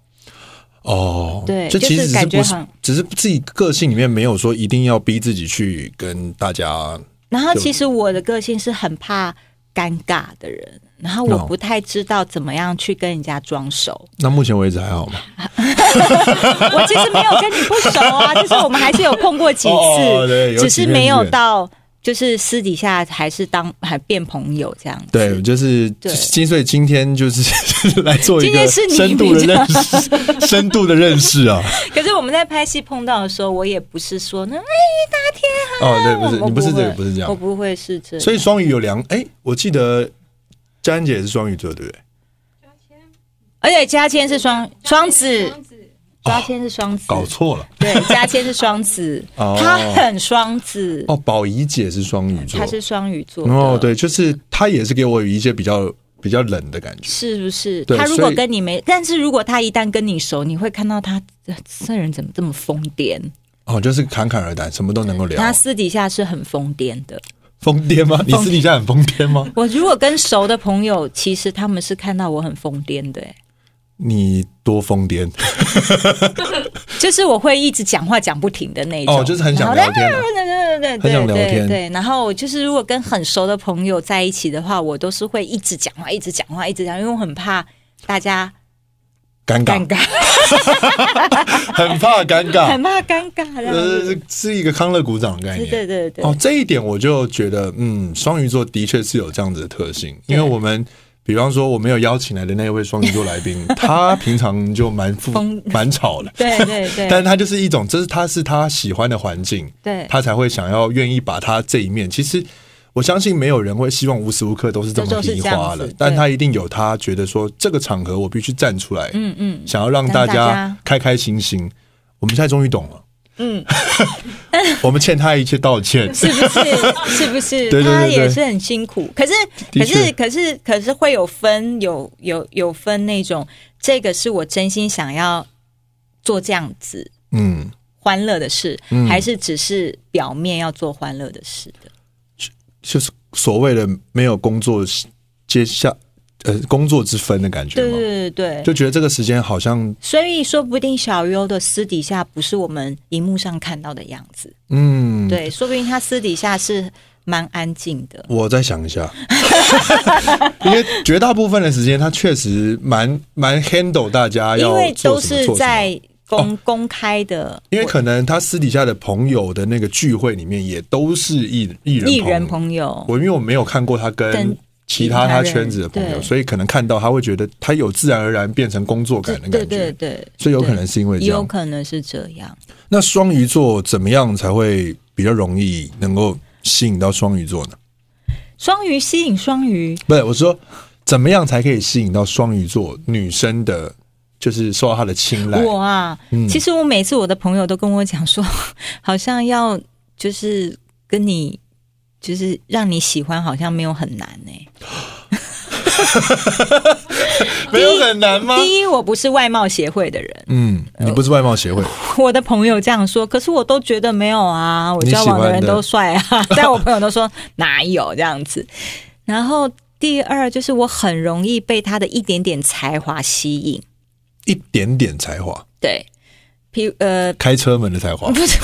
Speaker 1: 哦，
Speaker 2: 对
Speaker 1: 这其实
Speaker 2: 就是
Speaker 1: 只是
Speaker 2: 感觉
Speaker 1: 不是
Speaker 2: 很，
Speaker 1: 只是自己个性里面没有说一定要逼自己去跟大家
Speaker 2: 然后
Speaker 1: 就
Speaker 2: 其实我的个性是很怕尴尬的人，然后我
Speaker 1: 哦
Speaker 2: 不太知道怎么样去跟人家装熟。
Speaker 1: 那目前为止还好吗？
Speaker 2: 我其实没有跟你不熟啊， 就是我们还是有碰过几次，
Speaker 1: 哦对有
Speaker 2: 只
Speaker 1: 几
Speaker 2: 是
Speaker 1: 面
Speaker 2: 没有
Speaker 1: 之缘
Speaker 2: 到就是私底下还是当还变朋友这样子。
Speaker 1: 对，就是
Speaker 2: 对
Speaker 1: 今所以今天就是 来做一
Speaker 2: 今
Speaker 1: 个
Speaker 2: 天是你
Speaker 1: 深度的
Speaker 2: 比较
Speaker 1: 认识，深度的认识啊！
Speaker 2: 可是我们在拍戏碰到的时候，我也不是说那哎
Speaker 1: 哦，对，不
Speaker 2: 我
Speaker 1: 是
Speaker 2: 我
Speaker 1: 你不是这
Speaker 2: 会
Speaker 1: 个，不是这
Speaker 2: 我
Speaker 1: 样。
Speaker 2: 不会是这样。
Speaker 1: 所以双鱼有两，哎、我记得佳恩姐也是双鱼座，对不对？
Speaker 2: 而且加签是双双子，
Speaker 3: 双子，
Speaker 2: 加签是双子，
Speaker 1: 哦搞错了
Speaker 2: 对，加签是双子，
Speaker 1: 哦
Speaker 2: 他很双子，
Speaker 1: 哦，宝仪姐是双鱼座
Speaker 2: 他，是双鱼座的
Speaker 1: 哦，，对，就是她也是给我有一些比较比较冷的感觉。
Speaker 2: 是不是？
Speaker 1: 对
Speaker 2: 他如果
Speaker 1: 所以
Speaker 2: 跟你没，但是如果他一旦跟你熟，你会看到他呃这人怎么这么疯癫？
Speaker 1: 哦，就是侃侃而谈，什么都能够聊
Speaker 2: 他。私底下是很疯癫的。
Speaker 1: 疯癫吗？你私底下很疯癫吗？
Speaker 2: 我如果跟熟的朋友，其实他们是看到我很疯癫的、欸
Speaker 1: 你多疯癫
Speaker 2: 就是我会一直讲话讲不停的那种，
Speaker 1: 哦，就是很想
Speaker 2: 然
Speaker 1: 聊
Speaker 2: 后
Speaker 1: 天啊。
Speaker 2: 对对对对
Speaker 1: 很
Speaker 2: 对
Speaker 1: 想聊
Speaker 2: 对
Speaker 1: 天
Speaker 2: 对对，然后我就是如果跟很熟的朋友在一起的话，我都是会一直讲话，一直讲话，一直讲，因为我很怕大家
Speaker 1: 尴
Speaker 2: 尴
Speaker 1: 尬，
Speaker 2: 尬，
Speaker 1: 很怕尴尬
Speaker 2: 很。怕尴尬这样
Speaker 1: 呃
Speaker 2: 子。，
Speaker 1: 是一个康乐鼓掌的概
Speaker 2: 对
Speaker 1: 念。
Speaker 2: 对对对，
Speaker 1: 哦，这一点我就觉得，嗯，双鱼座的确是有这样子的特性，因为我们。比方说，我们有邀请来的那位双鱼座来 宾，他平常就蛮富
Speaker 2: 疯、
Speaker 1: 蛮吵的，
Speaker 2: 对对对
Speaker 1: 但是他就是一种，这是他是他喜欢的环境，
Speaker 2: 对
Speaker 1: 他才会想要愿意把他这一面。其实我相信没有人会希望无时无刻都是这么
Speaker 2: 都是
Speaker 1: 平
Speaker 2: 这样
Speaker 1: 滑
Speaker 2: 子
Speaker 1: 的
Speaker 2: 对，
Speaker 1: 但他一定有他觉得说这个场合我必须站出来，
Speaker 2: 嗯嗯
Speaker 1: 想要让
Speaker 2: 让
Speaker 1: 大
Speaker 2: 大
Speaker 1: 家
Speaker 2: 家
Speaker 1: 开开心心。我们现在终于懂了，
Speaker 2: 嗯，
Speaker 1: 我们欠他一切道 歉。
Speaker 2: 是不是？ 是不是？
Speaker 1: 对对对
Speaker 2: 他
Speaker 1: 对
Speaker 2: 也是很辛苦，可是
Speaker 1: 的
Speaker 2: 可
Speaker 1: 确
Speaker 2: 是可是可是会有分，有有有分那种，这个是我真心想要做这样子，
Speaker 1: 嗯，
Speaker 2: 欢乐的事，
Speaker 1: 嗯
Speaker 2: 还是只是表面要做欢乐的事的？
Speaker 1: 就是所谓的没有工作接下呃工作之分的感觉
Speaker 2: 对
Speaker 1: 嘛，
Speaker 2: 对对对，
Speaker 1: 就觉得这个时间好像
Speaker 2: 所以说不定小优的私底下不是我们荧幕上看到的样子，
Speaker 1: 嗯，
Speaker 2: 对，说不定他私底下是蛮安静的。
Speaker 1: 我再想一下， 因为绝大部分的时间他确实蛮蛮 handle 大家
Speaker 2: 因
Speaker 1: 要
Speaker 2: 为
Speaker 1: 做
Speaker 2: 都
Speaker 1: 什么
Speaker 2: 是
Speaker 1: 做什么哦
Speaker 2: 在公、公开的，
Speaker 1: 因为可能他私底下的朋友的那个聚会里面，也都是艺艺人
Speaker 2: 艺人朋友，
Speaker 1: 我因为我没有看过他跟
Speaker 2: 跟
Speaker 1: 其他他圈子的朋
Speaker 2: 其他
Speaker 1: 友，
Speaker 2: 人对
Speaker 1: 所以可能看到他会觉得他有自然而然变成工作感的感觉，
Speaker 2: 对对对，
Speaker 1: 所以有可能是因为这
Speaker 2: 也有
Speaker 1: 样。
Speaker 2: 可能是这样。
Speaker 1: 那双鱼座怎么样才会比较容易能够吸引到双鱼座呢？
Speaker 2: 双鱼吸引双鱼，
Speaker 1: 不是，我说怎么样才可以吸引到双鱼座女生的，就是受到她的青睐？
Speaker 2: 我啊，
Speaker 1: 嗯
Speaker 2: 其实我每次我的朋友都跟我讲说， 好像要就是跟你。就是让你喜欢，好像没有很难欸呢、
Speaker 1: 没有很难吗？
Speaker 2: 第一，我不是外貌协会的人，
Speaker 1: 嗯，你不是外貌协会，
Speaker 2: 我的朋友这样说，可是我都觉得没有啊，我
Speaker 1: 你喜
Speaker 2: 交
Speaker 1: 欢
Speaker 2: 往的人
Speaker 1: 的
Speaker 2: 都帅啊， 但我朋友都说哪有这样子。然后第二就是我很容易被他的一点点才华吸引，
Speaker 1: 一点点才华，
Speaker 2: 对，譬如呃，
Speaker 1: 开车门的才华。
Speaker 2: 不是，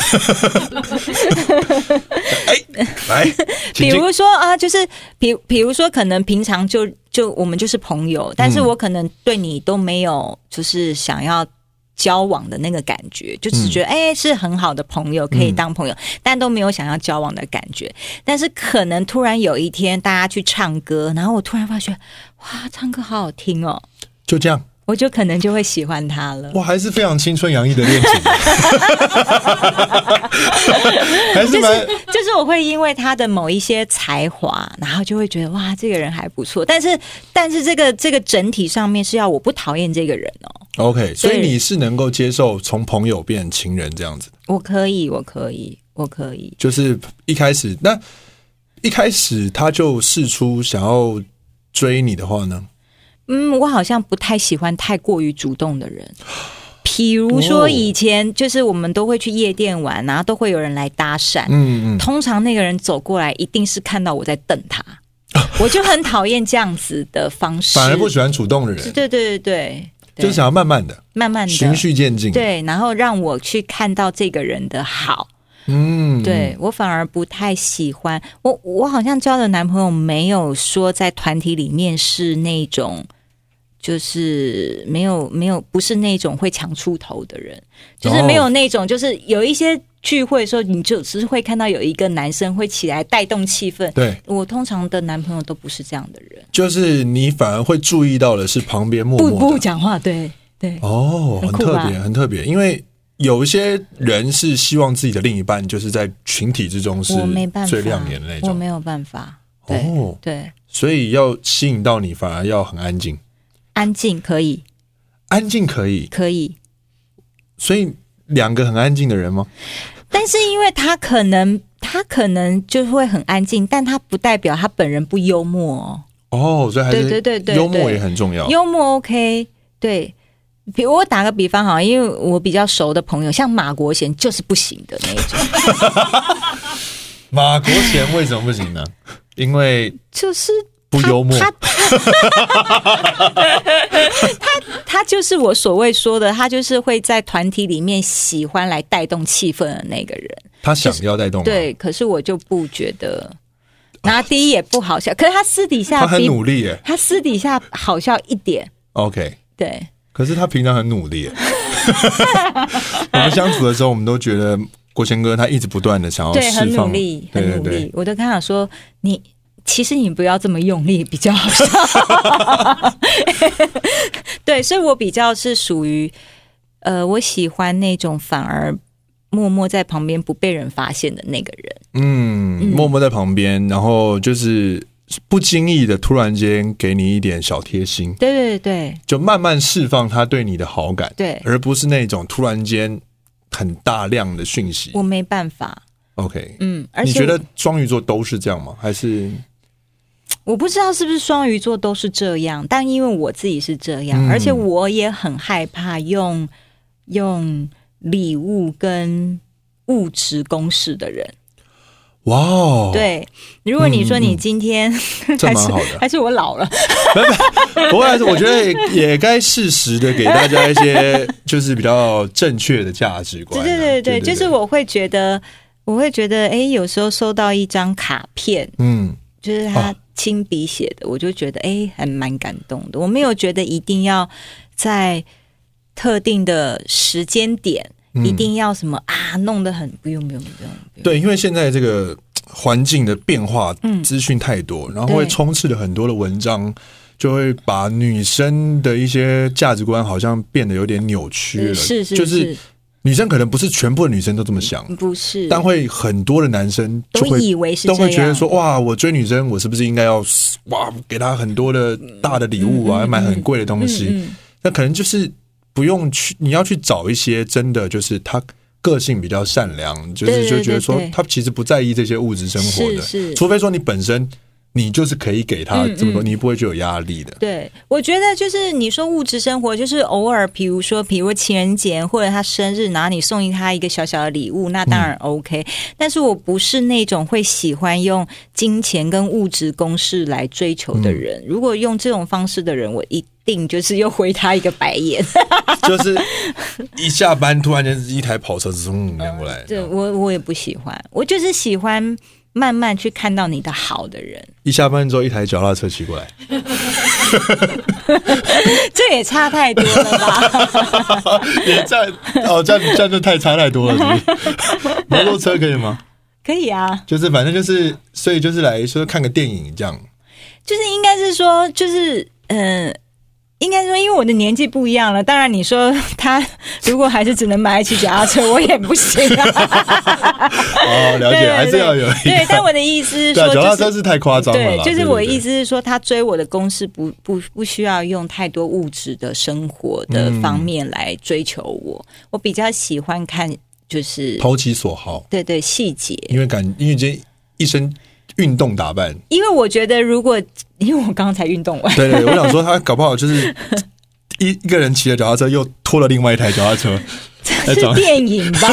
Speaker 1: 哎，来，
Speaker 2: 比
Speaker 1: 请进。
Speaker 2: 如说啊，就是比比如说，可能平常就就我们就是朋友，但是我可能对你都没有就是想要。交往的那个感觉，就只觉得哎、是很好的朋友，可以当朋友，但都没有想要交往的感觉。但是可能突然有一天，大家去唱歌，然后我突然发觉，哇，唱歌好好听哦，
Speaker 1: 就这样，
Speaker 2: 我就可能就会喜欢他了。
Speaker 1: 哇，还是非常青春洋溢的恋情， 还是蛮
Speaker 2: 就是我会因为他的某一些才华，然后就会觉得哇，这个人还不错。但是，但是这个这个整体上面是要我不讨厌这个人哦，
Speaker 1: OK。所以你是能够接受从朋友变情人这样子，
Speaker 2: 我可以，我可以，我可以。
Speaker 1: 就是一开始那一开始他就试出想要追你的话呢？
Speaker 2: 嗯，我好像不太喜欢太过于主动的 人。比如
Speaker 1: 哦
Speaker 2: 说以前就是我们都会去夜店玩，然后都会有人来搭讪，
Speaker 1: 嗯嗯，
Speaker 2: 通常那个人走过来一定是看到我在瞪 他，我就很讨厌这样子的方式。
Speaker 1: 反而不喜欢主动的人，
Speaker 2: 对对对对，对
Speaker 1: 就是想要慢慢的、
Speaker 2: 慢慢的
Speaker 1: 循序渐进。，
Speaker 2: 对，然后让我去看到这个人的好，
Speaker 1: 嗯，
Speaker 2: 对我反而不太喜欢。我我好像交的男朋友没有说在团体里面是那种，就是没有没有不是那种会抢出头的人，就是没有那种就是有一些聚会的时候，你就只是会看到有一个男生会起来带动气氛。
Speaker 1: 对，
Speaker 2: 我通常的男朋友都不是这样的人，
Speaker 1: 就是你反而会注意到的是旁边默
Speaker 2: 不
Speaker 1: 默
Speaker 2: 不
Speaker 1: 的
Speaker 2: 讲话，对对。
Speaker 1: 哦，很
Speaker 2: 很酷
Speaker 1: 特
Speaker 2: 吧
Speaker 1: 别，很特别，因为。有一些人是希望自己的另一半就是在群体之中是
Speaker 2: 我没办法，
Speaker 1: 最亮眼的那
Speaker 2: 我
Speaker 1: 种
Speaker 2: 没有办法。对、
Speaker 1: 哦，
Speaker 2: 对，
Speaker 1: 所以要吸引到你，反而要很安静，
Speaker 2: 安静可以，
Speaker 1: 安静可以，
Speaker 2: 可以，
Speaker 1: 所以两个很安静的人吗？
Speaker 2: 但是因为他可能他可能就会很安静，但他不代表他本人不幽默哦，
Speaker 1: 哦，所以还是
Speaker 2: 对对对对
Speaker 1: 幽默
Speaker 2: 对
Speaker 1: 也很重要。
Speaker 2: 幽默 OK 对。比我打个比方哈，因为我比较熟的朋友，像马国贤就是不行的那 一种，
Speaker 1: 马国贤为什么不行呢？ 因为
Speaker 2: 就是
Speaker 1: 不幽默
Speaker 2: 他他 他他就是我所谓说的，他就是会在团体里面喜欢来带动气氛的那个人。
Speaker 1: 他想要带动吗，
Speaker 2: 对，可是我就不觉得。然后第一也不好笑，可是他私底
Speaker 1: 他
Speaker 2: 下
Speaker 1: 很
Speaker 2: 比
Speaker 1: 努力耶。
Speaker 2: 他私底下好笑一点，
Speaker 1: OK，
Speaker 2: 对，
Speaker 1: 可是他平常很努力 耶。我们相处的时候，我们都觉得国贤哥他一直不断的想要
Speaker 2: 对，
Speaker 1: 哦释
Speaker 2: 很
Speaker 1: 放，
Speaker 2: 努力，
Speaker 1: 对
Speaker 2: 很
Speaker 1: 对
Speaker 2: 努力
Speaker 1: 对。。
Speaker 2: 我都跟他说，你其实你不要这么用力比较好笑。 对，所以我比较是属于，呃，我喜欢那种反而默默在旁边不被人发现的那个人。
Speaker 1: 嗯，默默在旁边，然后就是不经意的突然间给你一点小贴心，
Speaker 2: 对对对
Speaker 1: 就慢慢释放他对你的好感，
Speaker 2: 对，对
Speaker 1: 而不是那种突然间很大量的讯息。
Speaker 2: 我没办法，
Speaker 1: OK，
Speaker 2: 嗯，而
Speaker 1: 你
Speaker 2: 且
Speaker 1: 觉得双鱼座都是这样吗？还是
Speaker 2: 我不知道是不是双鱼座都是这样，但因为我自己是这样，
Speaker 1: 嗯
Speaker 2: 而且我也很害怕用用礼物跟物质公式的人。
Speaker 1: 哇哦，，
Speaker 2: 对，如果你说
Speaker 1: 嗯嗯
Speaker 2: 你
Speaker 1: 嗯
Speaker 2: 今天、
Speaker 1: 这
Speaker 2: 还
Speaker 1: 蛮
Speaker 2: 是
Speaker 1: 好的。
Speaker 2: 还是我老了，
Speaker 1: 不过还是我觉得也该适时的给大家一 些就是比较正确的价值观
Speaker 2: 对
Speaker 1: 啊。
Speaker 2: 对对对，就是我会觉得，我会觉得，哎，有时候收到一张卡片，
Speaker 1: 嗯，
Speaker 2: 就是他
Speaker 1: 哦
Speaker 2: 亲笔写的，我就觉得哎，还蛮感动的。我没有觉得一定要在特定的时间点，一定要什么啊，弄得很不用不用不用。不用
Speaker 1: 对，因为现在这个环境的变化，资讯太多，然后会
Speaker 2: 嗯对
Speaker 1: 充斥了很多的文章，就会把女生的一些价值观好像变得有点扭曲了。
Speaker 2: 是是
Speaker 1: 就是女生可能不是全部的女生都这么想，
Speaker 2: 不是？
Speaker 1: 但会很多的男生就
Speaker 2: 都
Speaker 1: 会
Speaker 2: 以为是
Speaker 1: 都
Speaker 2: 这
Speaker 1: 会
Speaker 2: 样，
Speaker 1: 觉得说，哇，我追女生，我是不是应该要哇给她很多的大的礼物啊，要买很贵的东西？
Speaker 2: 嗯嗯嗯
Speaker 1: 那可能就是不用去，你要去找一些真的就是她个性比较善良，就
Speaker 2: 对
Speaker 1: 是
Speaker 2: 对
Speaker 1: 就觉得说
Speaker 2: 对对
Speaker 1: 她其实不在意这些物质生活的，
Speaker 2: 是是
Speaker 1: 除非说你本身你就是可以给她
Speaker 2: 嗯
Speaker 1: 这么多，
Speaker 2: 嗯
Speaker 1: 你不会就有压力 的。
Speaker 2: 对，我觉得就是你说物质生活，就是偶尔，比如说，比如情人节或者他生日，然后你送他一个小小的礼物，那当然 OK、但是我不是那种会喜欢用金钱跟物质公式来追求的人。如果用这种方式的人，我一定就是又回他一个白眼。
Speaker 1: 就是一下班突然间一台跑车从面过来，
Speaker 2: 对我，我也不喜欢，我就是喜欢慢慢去看到你的好的人，
Speaker 1: 一下班之后一台脚踏车骑过来，
Speaker 2: 这也差太多了吧？
Speaker 1: 也这样哦，这样这样就太差太多了是不是。摩托车可以吗？
Speaker 2: 可以啊。
Speaker 1: 就是反正就是，所以就是来说看个电影这样。
Speaker 2: 就是应该是说，就是嗯、呃应该说，因为我的年纪不一样了。当然，你说 他如果还是只能买得起脚踏车，我也不行 啊。
Speaker 1: 哦，了
Speaker 2: 对
Speaker 1: 解，
Speaker 2: 对
Speaker 1: 还是要有一
Speaker 2: 对对，但
Speaker 1: 个。
Speaker 2: 我的意思是
Speaker 1: 对啊，
Speaker 2: 说，
Speaker 1: 脚踏
Speaker 2: 就
Speaker 1: 车
Speaker 2: 是。
Speaker 1: 是太夸张了
Speaker 2: 对
Speaker 1: 啦。，
Speaker 2: 就是我的意
Speaker 1: 思。
Speaker 2: 思是说，他追我的公式不不不需要用太多物质的生活的方面来追求我，我比较喜欢看就是
Speaker 1: 投其所好，
Speaker 2: 对对细节，
Speaker 1: 因为感，因为今天一身运动打扮。
Speaker 2: 因为我觉得如果因为我刚才运动完，
Speaker 1: 对对，对我想说他搞不好就是 一一个人骑着脚踏车，又拖了另外一台脚踏车，
Speaker 2: 这是电影吧？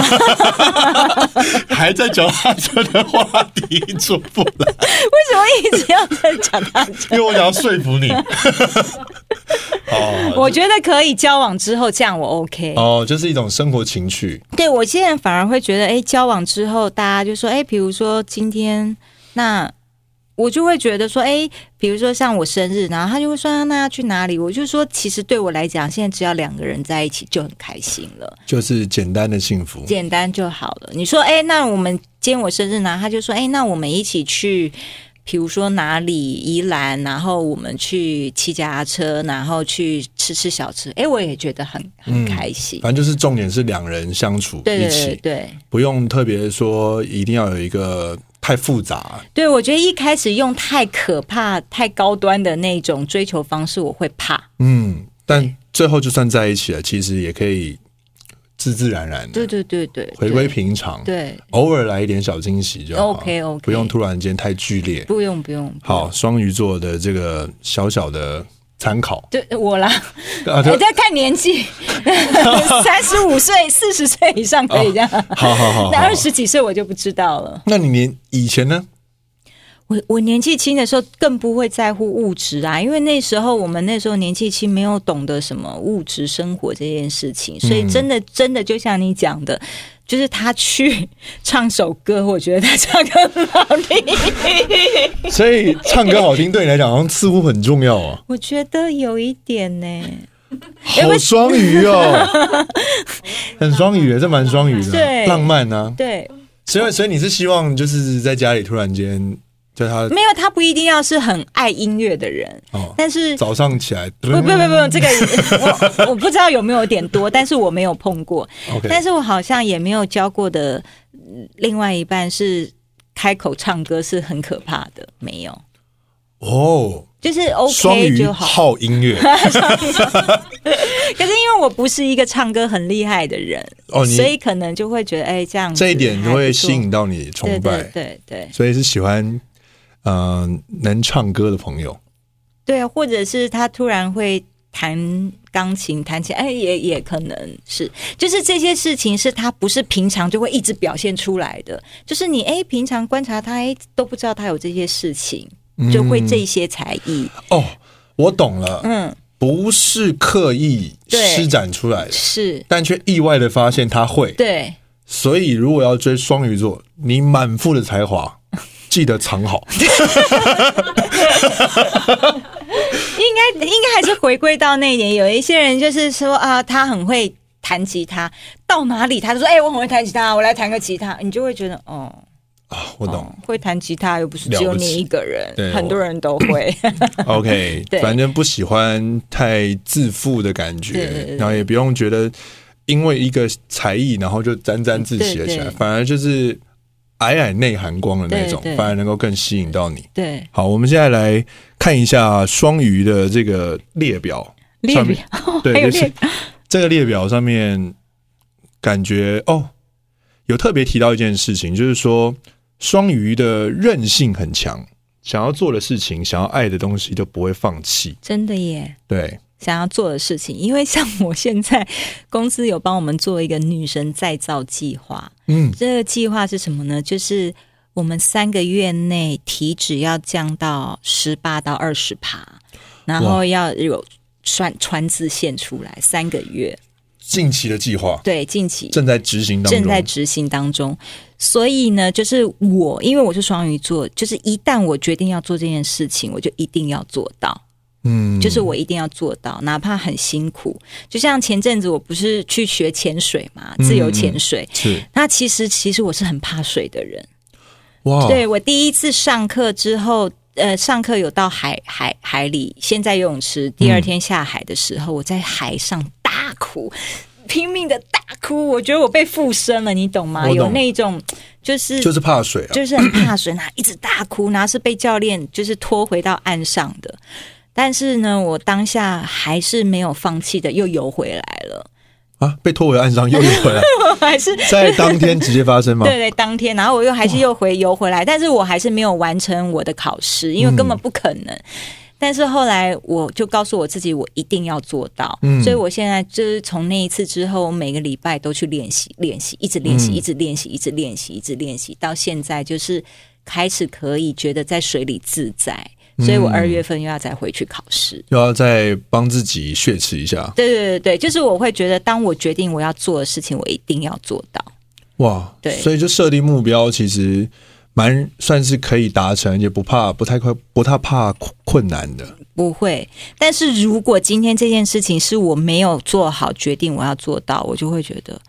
Speaker 1: 还在脚踏车的话题出不来，
Speaker 2: 为什么一直要在讲他
Speaker 1: 因为我想要说服你。哦，
Speaker 2: 我觉得可以交往之后这样我 OK。
Speaker 1: 哦，就是一种生活情趣。
Speaker 2: 对我现在反而会觉得，哎，交往之后大家就说，哎，比如说今天那。我就会觉得说，哎，比如说像我生日，然后他就会说，啊那要去哪里？我就说，其实对我来讲，现在只要两个人在一起就很开心了，
Speaker 1: 就是简单的幸福。
Speaker 2: 简单就好了。你说，哎，那我们今天我生日呢？他就说，哎，那我们一起去，比如说哪里宜兰，然后我们去骑脚踏车，然后去吃吃小吃，哎，我也觉得很很开心。
Speaker 1: 反正就是重点是两人相处
Speaker 2: 对
Speaker 1: 一
Speaker 2: 对对
Speaker 1: 起，
Speaker 2: 对
Speaker 1: 不用特别说一定要有一个太复杂。
Speaker 2: 对，我觉得一开始用太可怕、太高端的那种追求方式，我会怕。
Speaker 1: 嗯，但最后就算在一起了，其实也可以自自然然的
Speaker 2: 对对对对，对
Speaker 1: 回归平常，
Speaker 2: 对，
Speaker 1: 偶尔来一点小惊喜就好。
Speaker 2: OK，OK
Speaker 1: 不用突然间太剧烈。
Speaker 2: 不用不用。
Speaker 1: 好，双鱼座的这个小小的参 考
Speaker 2: 对我啦，
Speaker 1: 啊，
Speaker 2: 我
Speaker 1: 对，
Speaker 2: 在看 年纪，三十五岁、四十岁以上可以这样，
Speaker 1: 好好哦好好。
Speaker 2: 那二十几岁我就不知道了。
Speaker 1: 那你连以前呢？
Speaker 2: 我我年纪轻的时候更不会在乎物质啊，因为那时候我们那时候年纪轻，没有懂得什么物质生活这件事情，所以
Speaker 1: 嗯
Speaker 2: 真的真的就像你讲的，就是他去 唱首歌，我觉得他唱歌很好听，
Speaker 1: 所以唱歌好听对你来讲好像似乎很重要啊。
Speaker 2: 我觉得有一点呢、
Speaker 1: 好双鱼哦， 很双鱼耶，这蛮双鱼的，
Speaker 2: 对
Speaker 1: 浪漫啊。
Speaker 2: 对，
Speaker 1: 所以，所以你是希望就是在家里突然间，就他
Speaker 2: 没有他不一定要是很爱音乐的人，
Speaker 1: 哦，
Speaker 2: 但是。
Speaker 1: 早上起来，不
Speaker 2: 不不不不， 这个我我不知道有没有点多，但是我没有碰过。但
Speaker 1: ，OK，
Speaker 2: 是我好像也没有教过的嗯另外一半是开口唱歌是很可怕的，没有，
Speaker 1: 哦，
Speaker 2: 就是
Speaker 1: 双
Speaker 2: OK
Speaker 1: 鱼
Speaker 2: 就好。
Speaker 1: 好音 乐
Speaker 2: 可是因为我不是一个唱歌很厉害的人，
Speaker 1: 哦，
Speaker 2: 所
Speaker 1: 你
Speaker 2: 以可能就会觉得哎、这样子
Speaker 1: 这一点就会吸
Speaker 2: 还不
Speaker 1: 引到你
Speaker 2: 错。
Speaker 1: 崇
Speaker 2: 对对
Speaker 1: 拜，
Speaker 2: 对对
Speaker 1: 所以是喜欢嗯能唱歌的朋友。
Speaker 2: 对，或者是他突然会弹钢琴，弹起来，哎，也也可能是，就是这些事情是他不是平常就会一直表现出来的，就是你哎、平常观察他，哎，都不知道他有这些事情，
Speaker 1: 嗯
Speaker 2: 就会这些才艺。
Speaker 1: 哦，我懂了，
Speaker 2: 嗯，
Speaker 1: 不是刻意
Speaker 2: 对
Speaker 1: 施展出来的，
Speaker 2: 是，
Speaker 1: 但却意外的发现他会。
Speaker 2: 对，
Speaker 1: 所以，如果要追双鱼座，你满腹的才 华，记得藏好。
Speaker 2: 应应该应该还是回归到那一点，有一些人就是说啊，他很会弹吉他，到哪里他就说，哎、我很会弹吉他，我来弹个吉他，你就会觉得，哦，
Speaker 1: 啊，我懂
Speaker 2: 哦。会弹吉他又不是只
Speaker 1: 了
Speaker 2: 有
Speaker 1: 不起
Speaker 2: 你一个人
Speaker 1: 对，
Speaker 2: 很多人都 会。
Speaker 1: OK，
Speaker 2: 哦 对
Speaker 1: 反正不喜欢太自负的感觉，
Speaker 2: 对对对
Speaker 1: 然后也不用觉得因为一个才艺然后就沾沾自喜了起来，
Speaker 2: 对对
Speaker 1: 反而就是矮矮内含光的那种，
Speaker 2: 对对
Speaker 1: 反而能够更吸引到你。
Speaker 2: 对，
Speaker 1: 好，我们现在来看一下双鱼的这个列表，
Speaker 2: 列
Speaker 1: 上
Speaker 2: 表
Speaker 1: 面
Speaker 2: 还 有
Speaker 1: 对，就是
Speaker 2: 列
Speaker 1: 这个列表上面感觉哦，有特别提到一件事情，就是说双鱼的韧性很强，想要做的事情、想要爱的东西都不会放弃。
Speaker 2: 真的耶。
Speaker 1: 对，
Speaker 2: 想要做的事情，因为像我现在公司有帮我们做一个女神再造计划，
Speaker 1: 嗯，
Speaker 2: 这个计划是什么呢？就是我们三个月内体脂要降到十八到二十趴，然后要有穿穿字线出来，三个月。
Speaker 1: 近期的计划
Speaker 2: 对，近期
Speaker 1: 正在执行当中，
Speaker 2: 正在执行当中。所以呢，就是我，因为我是双鱼座，就是一旦我决定要做这件事情，我就一定要做到。
Speaker 1: 嗯，
Speaker 2: 就是我一定要做到，哪怕很辛苦。就像前阵子我不是去学潜水嘛，自
Speaker 1: 嗯
Speaker 2: 由潜水。
Speaker 1: 是
Speaker 2: 那其实其实我是很怕水的人，
Speaker 1: 哇，
Speaker 2: 对我第一次上课之后。呃，上课有到海海海里，先在游泳池，第
Speaker 1: 嗯
Speaker 2: 二天下海的时候，我在海上大哭，拼命的大哭，我觉得我被附身了，你懂吗？
Speaker 1: 我懂
Speaker 2: 有那种就是
Speaker 1: 就是怕水啊，
Speaker 2: 就是很怕水，然后一直大哭，然后是被教练就是拖回到岸上的。但是呢，我当下还是没有放弃的，又游回来了，
Speaker 1: 啊，被拖回岸上又游回来，
Speaker 2: 我还是。
Speaker 1: 在当天直接发生吗？
Speaker 2: 对对，当天，然后我又还是又回游回来，但是我还是没有完成我的考试，因为根本不可能。但是后来我就告诉我自己，我一定要做到。
Speaker 1: 嗯
Speaker 2: 所以我现在就是从那一次之后，我每个礼拜都去练习，练习，一直练习，
Speaker 1: 嗯
Speaker 2: 一直练习，一直练习，一直练习，到现在就是开始可以觉得在水里自在。所以我
Speaker 1: 嗯
Speaker 2: 二月份又要再回去考试。
Speaker 1: 又要再帮自己血池一下，
Speaker 2: 对对对对，就是我会觉得，当我决定我要做的事情，我一定要做到。
Speaker 1: 哇，
Speaker 2: 对
Speaker 1: 所以就设定目标其实蛮算是可以达成，也不怕不太快不太怕困难的。
Speaker 2: 不会，但是如果今天这件事情是我没有做好决定，我要做到，我就会觉得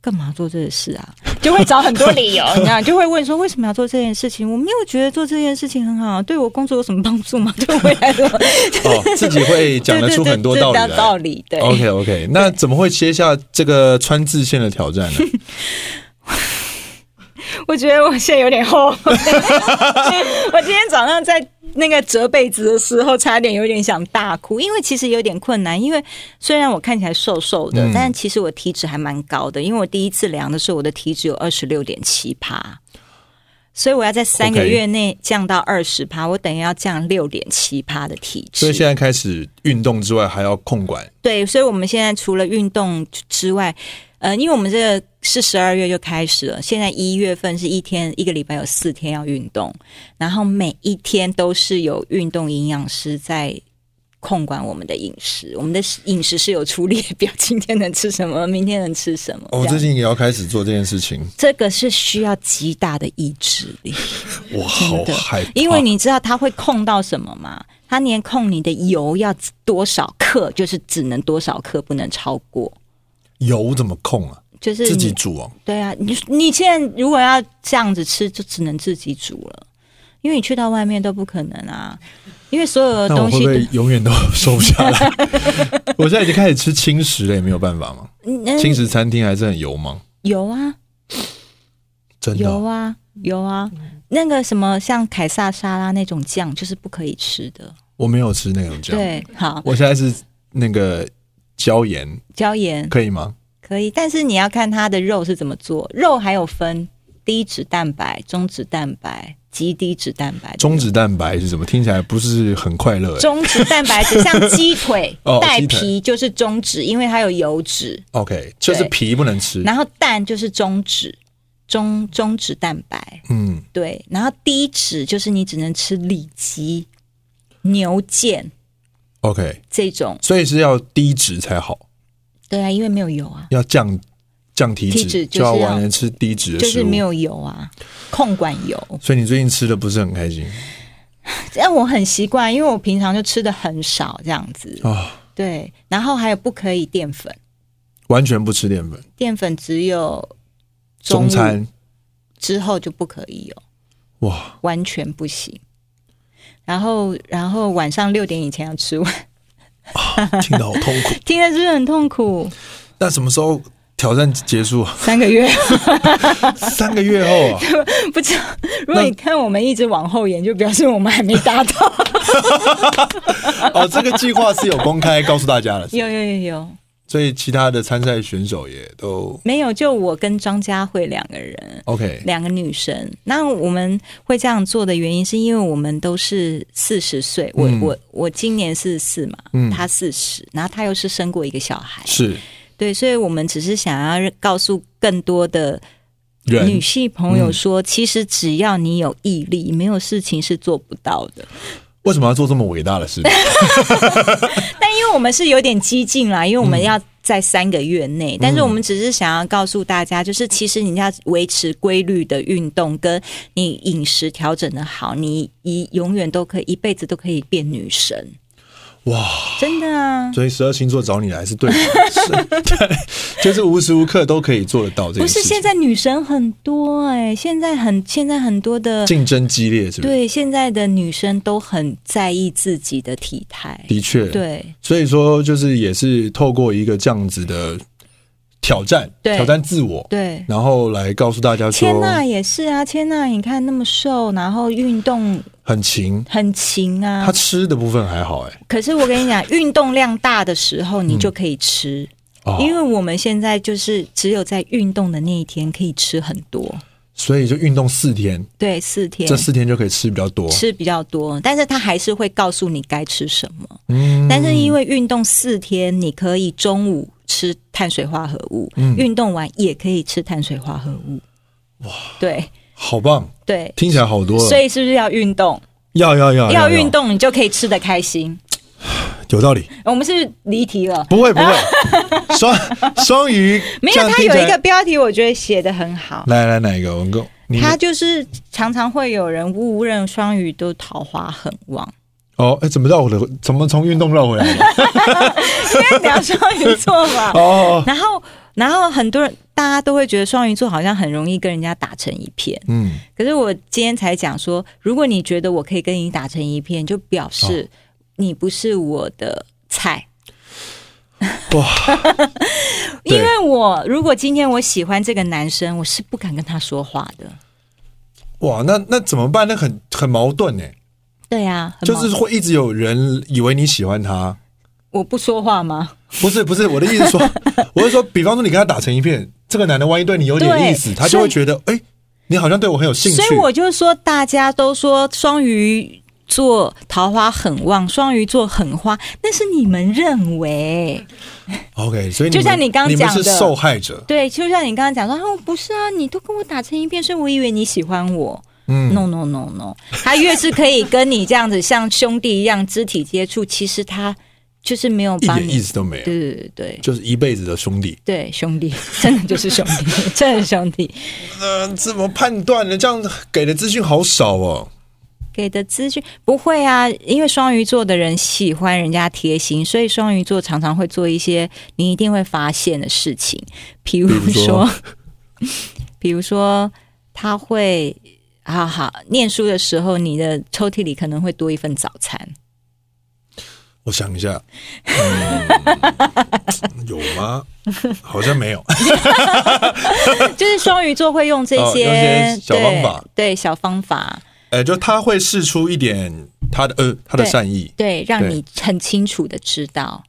Speaker 2: 干嘛做这个事啊？就会找很多理 由，哦你知道，就会问说为什么要做这件事情？我没有觉得做这件事情很好，对我工作有什么帮助吗？ 对未来的
Speaker 1: 哦， 自己会讲得出很多道理
Speaker 2: 对对对道
Speaker 1: 来。哦
Speaker 2: 理对。
Speaker 1: OK OK，那怎么会接下这个穿字线的挑 战呢？
Speaker 2: 我觉得我现在有点后悔。 我今天早上在那个折被子的时候，差点有点想大哭，因为其实有点困难。因为虽然我看起来瘦瘦的，
Speaker 1: 嗯
Speaker 2: 但其实我体脂还蛮高的。因为我第一次量的时候，我的体脂有二十六点七趴，所以我要在三个
Speaker 1: OK
Speaker 2: 月内降到二十趴，我等于要降六点七趴的体脂。
Speaker 1: 所以现在开始运动之外，还要控 管。
Speaker 2: 对，所以我们现在除了运动之外，呃，因为我们这个是十二月就开始了，现在一月份是一天一个礼拜有四天要运动，然后每一天都是有运动营养师在。控管我们的饮食，我们的饮食是有出列表，今天能吃什么，明天能吃什么。
Speaker 1: 我、
Speaker 2: 这
Speaker 1: 最
Speaker 2: 样
Speaker 1: 近也要开始哦做这件事情，
Speaker 2: 这个是需要极大的意志力。
Speaker 1: 我好
Speaker 2: 真的
Speaker 1: 害怕。
Speaker 2: 因为你知道它会控到什么吗？它连控你的油要多少克，就是只能多少克，不能超过。
Speaker 1: 油怎么控啊？
Speaker 2: 就是
Speaker 1: 自己
Speaker 2: 你
Speaker 1: 煮哦、
Speaker 2: 对啊，你你现在如果要这样子吃，就只能自己煮了，因为你去到外面都不可能啊，因为所有的
Speaker 1: 那我
Speaker 2: 东
Speaker 1: 会
Speaker 2: 西
Speaker 1: 不
Speaker 2: 都
Speaker 1: 会永远都瘦不下 来？我现在已经开始吃轻食了，也没有办法嘛。
Speaker 2: 嗯嗯
Speaker 1: 轻食餐厅还是很油吗？
Speaker 2: 有啊
Speaker 1: 真的
Speaker 2: 有
Speaker 1: 哦、
Speaker 2: 啊有啊，那个什么像凯撒沙拉那种酱就是不可以吃的，
Speaker 1: 我没有吃那种酱。
Speaker 2: 对，好
Speaker 1: 我现在是那个椒盐，
Speaker 2: 椒盐
Speaker 1: 可以吗？
Speaker 2: 可以，但是你要看它的肉是怎么做，肉还有分低脂蛋白、中脂蛋白、极低脂蛋白、
Speaker 1: 中脂蛋白是什么？听起来不是很快乐、欸。
Speaker 2: 中脂蛋白质，像鸡腿
Speaker 1: 哦
Speaker 2: 带
Speaker 1: 鸡腿
Speaker 2: 皮就是中脂，因为它有油脂。
Speaker 1: OK，就是皮不能吃。
Speaker 2: 然后蛋就是中脂，中中脂蛋白，
Speaker 1: 嗯，
Speaker 2: 对。然后低脂就是你只能吃里脊、牛腱
Speaker 1: OK，
Speaker 2: 这种，
Speaker 1: 所以是要低脂才好，
Speaker 2: 对啊，因为没有油啊，
Speaker 1: 要降降体脂，
Speaker 2: 体脂就是
Speaker 1: 要
Speaker 2: 要
Speaker 1: 完全吃低脂的
Speaker 2: 就
Speaker 1: 食
Speaker 2: 是
Speaker 1: 物。
Speaker 2: 没有油啊，控管油。
Speaker 1: 所以你最近吃的不是很开心，
Speaker 2: 但我很习惯，因为我平常就吃的很少这样子。
Speaker 1: 啊，
Speaker 2: 对，然后还有不可以淀粉，
Speaker 1: 完全不吃淀粉，
Speaker 2: 淀粉只有
Speaker 1: 中
Speaker 2: 中午
Speaker 1: 餐
Speaker 2: 之后就不可以有，
Speaker 1: 哇，
Speaker 2: 完全不行。然后，然后晚上六点以前要吃 完，
Speaker 1: 听得好痛 苦。
Speaker 2: 听了是不是很痛苦？
Speaker 1: 那什么时候挑战结束？
Speaker 2: 三个月
Speaker 1: 三个月后啊，
Speaker 2: 不知道。如果你看我们一直往后延，就表示我们还没达到。
Speaker 1: 哦，这个计划是有公开告诉大家的，
Speaker 2: 有有有有，
Speaker 1: 所以其他的参赛选手也都
Speaker 2: 没有就我跟张佳慧两个人，
Speaker 1: OK。
Speaker 2: 两个女生。那我们会这样做的原因，是因为我们都是四十岁，我、
Speaker 1: 嗯
Speaker 2: 我我今年四十四嘛，
Speaker 1: 嗯
Speaker 2: 她四十，然后她又是生过一个小孩，
Speaker 1: 是
Speaker 2: 对，所以我们只是想要让告诉更多的
Speaker 1: 人
Speaker 2: 女性朋友说，其实只要你有毅力，没有事情是做不到的。
Speaker 1: 为什么要做这么伟大的 事情？
Speaker 2: 但因为我们是有点激进啦，因为我
Speaker 1: 嗯
Speaker 2: 们要在三个月内，但是我们只是想要告诉大家，就是其实你要维持规律的运动，跟你饮食调整的好，你一永远都可以一辈子都可以变女神，
Speaker 1: 哇！
Speaker 2: 真的啊。
Speaker 1: 所以十二星座找你来是对的， 是对，就是无时无刻都可以做得到这
Speaker 2: 不
Speaker 1: 件
Speaker 2: 是
Speaker 1: 事
Speaker 2: 现
Speaker 1: 情。
Speaker 2: 在女神很多哎、现在很现在很多的
Speaker 1: 竞争激烈，是不是？
Speaker 2: 对现在的女生都很在意自己的体态，
Speaker 1: 的确，。
Speaker 2: 对
Speaker 1: 所以说，就是也是透过一个这样子的挑战，
Speaker 2: 对
Speaker 1: 挑战自我，
Speaker 2: 对。
Speaker 1: 然后来告诉大家
Speaker 2: 千
Speaker 1: 说，
Speaker 2: 娜也是啊，千娜你看那么瘦，然后运动
Speaker 1: 很勤。
Speaker 2: 很勤啊，
Speaker 1: 他吃的部分还好、哎，
Speaker 2: 可是我跟 你讲，运动量大的时候，你就可以吃。
Speaker 1: 嗯哦
Speaker 2: 因为我们现在就是只有在运动的那一天可以吃很多，
Speaker 1: 所以就运动四天，
Speaker 2: 对，四天
Speaker 1: 这四天就可以吃比较多。
Speaker 2: 吃比较多，但是他还是会告诉你该吃什么。
Speaker 1: 嗯，
Speaker 2: 但是因为运动四天，你可以中午吃碳水化合物，
Speaker 1: 嗯
Speaker 2: 运动完也可以吃碳水化合物。哇，对
Speaker 1: 好棒，
Speaker 2: 对，
Speaker 1: 听起来好多了。
Speaker 2: 所以是不是要运动？
Speaker 1: 要要要
Speaker 2: 要运，动，你就可以吃得开心。
Speaker 1: 有道理。
Speaker 2: 我们是不是离题了。
Speaker 1: 不会不会， 双双鱼
Speaker 2: 啊 没
Speaker 1: 这
Speaker 2: 有，
Speaker 1: 样
Speaker 2: 他
Speaker 1: 听
Speaker 2: 有
Speaker 1: 起
Speaker 2: 一
Speaker 1: 来
Speaker 2: 个标题，我觉得写的很好。
Speaker 1: 来来哪一个？我们跟你
Speaker 2: 他就是常常会有人误认双鱼都桃花很 旺，
Speaker 1: 哦，哎，怎么绕回来？怎么从运动绕回 来了？
Speaker 2: 因为聊双鱼座嘛。
Speaker 1: 哦，
Speaker 2: 然后，然后很多人大家都会觉得双鱼座好像很容易跟人家打成一片。
Speaker 1: 嗯，
Speaker 2: 可是我今天才讲说，如果你觉得我可以跟你打成一片，就表示
Speaker 1: 哦
Speaker 2: 你不是我的菜。
Speaker 1: 哇，对
Speaker 2: 因为我如果今天我喜欢这个男生，我是不敢跟他说话的。
Speaker 1: 哇，那那怎么办？那很很矛盾呢，
Speaker 2: 对呀、很
Speaker 1: 就
Speaker 2: 矛
Speaker 1: 是会一直有人以为你喜欢他，
Speaker 2: 我不说话吗？
Speaker 1: 不是不是，我的意思说， 我是说，比方说你跟他打成一片，这个男的万一对你有点意思，
Speaker 2: 对
Speaker 1: 他就
Speaker 2: 所
Speaker 1: 会
Speaker 2: 以
Speaker 1: 觉得，哎，你好像对我很有兴趣
Speaker 2: 所以，我就说，大家都说双鱼座桃花很旺，双鱼座很花，那是你们认为。
Speaker 1: OK，所以
Speaker 2: 就
Speaker 1: 们
Speaker 2: 像你刚
Speaker 1: 你们
Speaker 2: 讲
Speaker 1: 是
Speaker 2: 的
Speaker 1: 受害者，
Speaker 2: 对，就像你刚刚讲说，哦，不是啊，你都跟我打成一片，所以我以为你喜欢我。
Speaker 1: 嗯
Speaker 2: No no no no，他 越是可以跟你这样子像兄弟一样肢体接触，其实他就是没有
Speaker 1: 一
Speaker 2: 帮
Speaker 1: 点意
Speaker 2: 你。
Speaker 1: 思都没有，
Speaker 2: 对对对对
Speaker 1: 就是一辈子的兄弟。
Speaker 2: 对，兄弟， 真的就是兄弟，真的是兄弟。
Speaker 1: 呃，怎么判断呢？这样给的资讯好少哦。
Speaker 2: 给的资讯不会啊，因为双鱼座的人喜欢人家贴心，所以双鱼座常常会做一些你一定会发现的事情，比如
Speaker 1: 比如
Speaker 2: 说
Speaker 1: 说，
Speaker 2: 比如说他会，好好念书的时候，你的抽屉里可能会多一份早餐，
Speaker 1: 我想一下，嗯、 有吗？好像没有。
Speaker 2: 就是双鱼座会用这
Speaker 1: 哦用
Speaker 2: 些
Speaker 1: 一些小方法
Speaker 2: 对对小方法，
Speaker 1: 哎，就他会试出一点他的呃他的
Speaker 2: 对
Speaker 1: 善意
Speaker 2: 对，让
Speaker 1: 对
Speaker 2: 你很清楚的知道，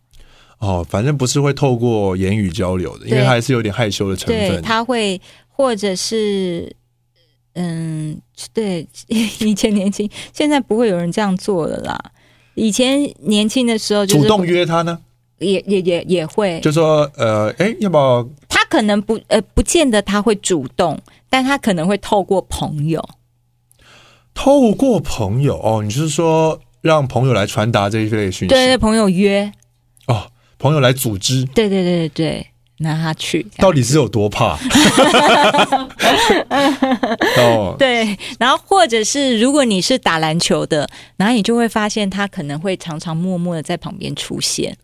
Speaker 1: 哦，反正不是会透过言语交流的，因为
Speaker 2: 对
Speaker 1: 他还是有点害羞的成
Speaker 2: 对，
Speaker 1: 分。
Speaker 2: 他会或者是嗯，对， 以前年轻，现在不会有人这样做了啦。以前年轻的时候，就是
Speaker 1: 主动约他呢，
Speaker 2: 也也也也会，
Speaker 1: 就说呃，哎，要不要？
Speaker 2: 他可能不呃，不见得他会主动，但他可能会透过朋友，
Speaker 1: 透过朋友哦，你就是说让朋友来传达这一类讯息，
Speaker 2: 对对，朋友约，
Speaker 1: 哦，朋友来组织，
Speaker 2: 对对对对对，那他去。
Speaker 1: 到底是有多 怕？哦，
Speaker 2: 对，然后或者是如果你是打篮球的，然后你就会发现他可能会常常默默的在旁边出现。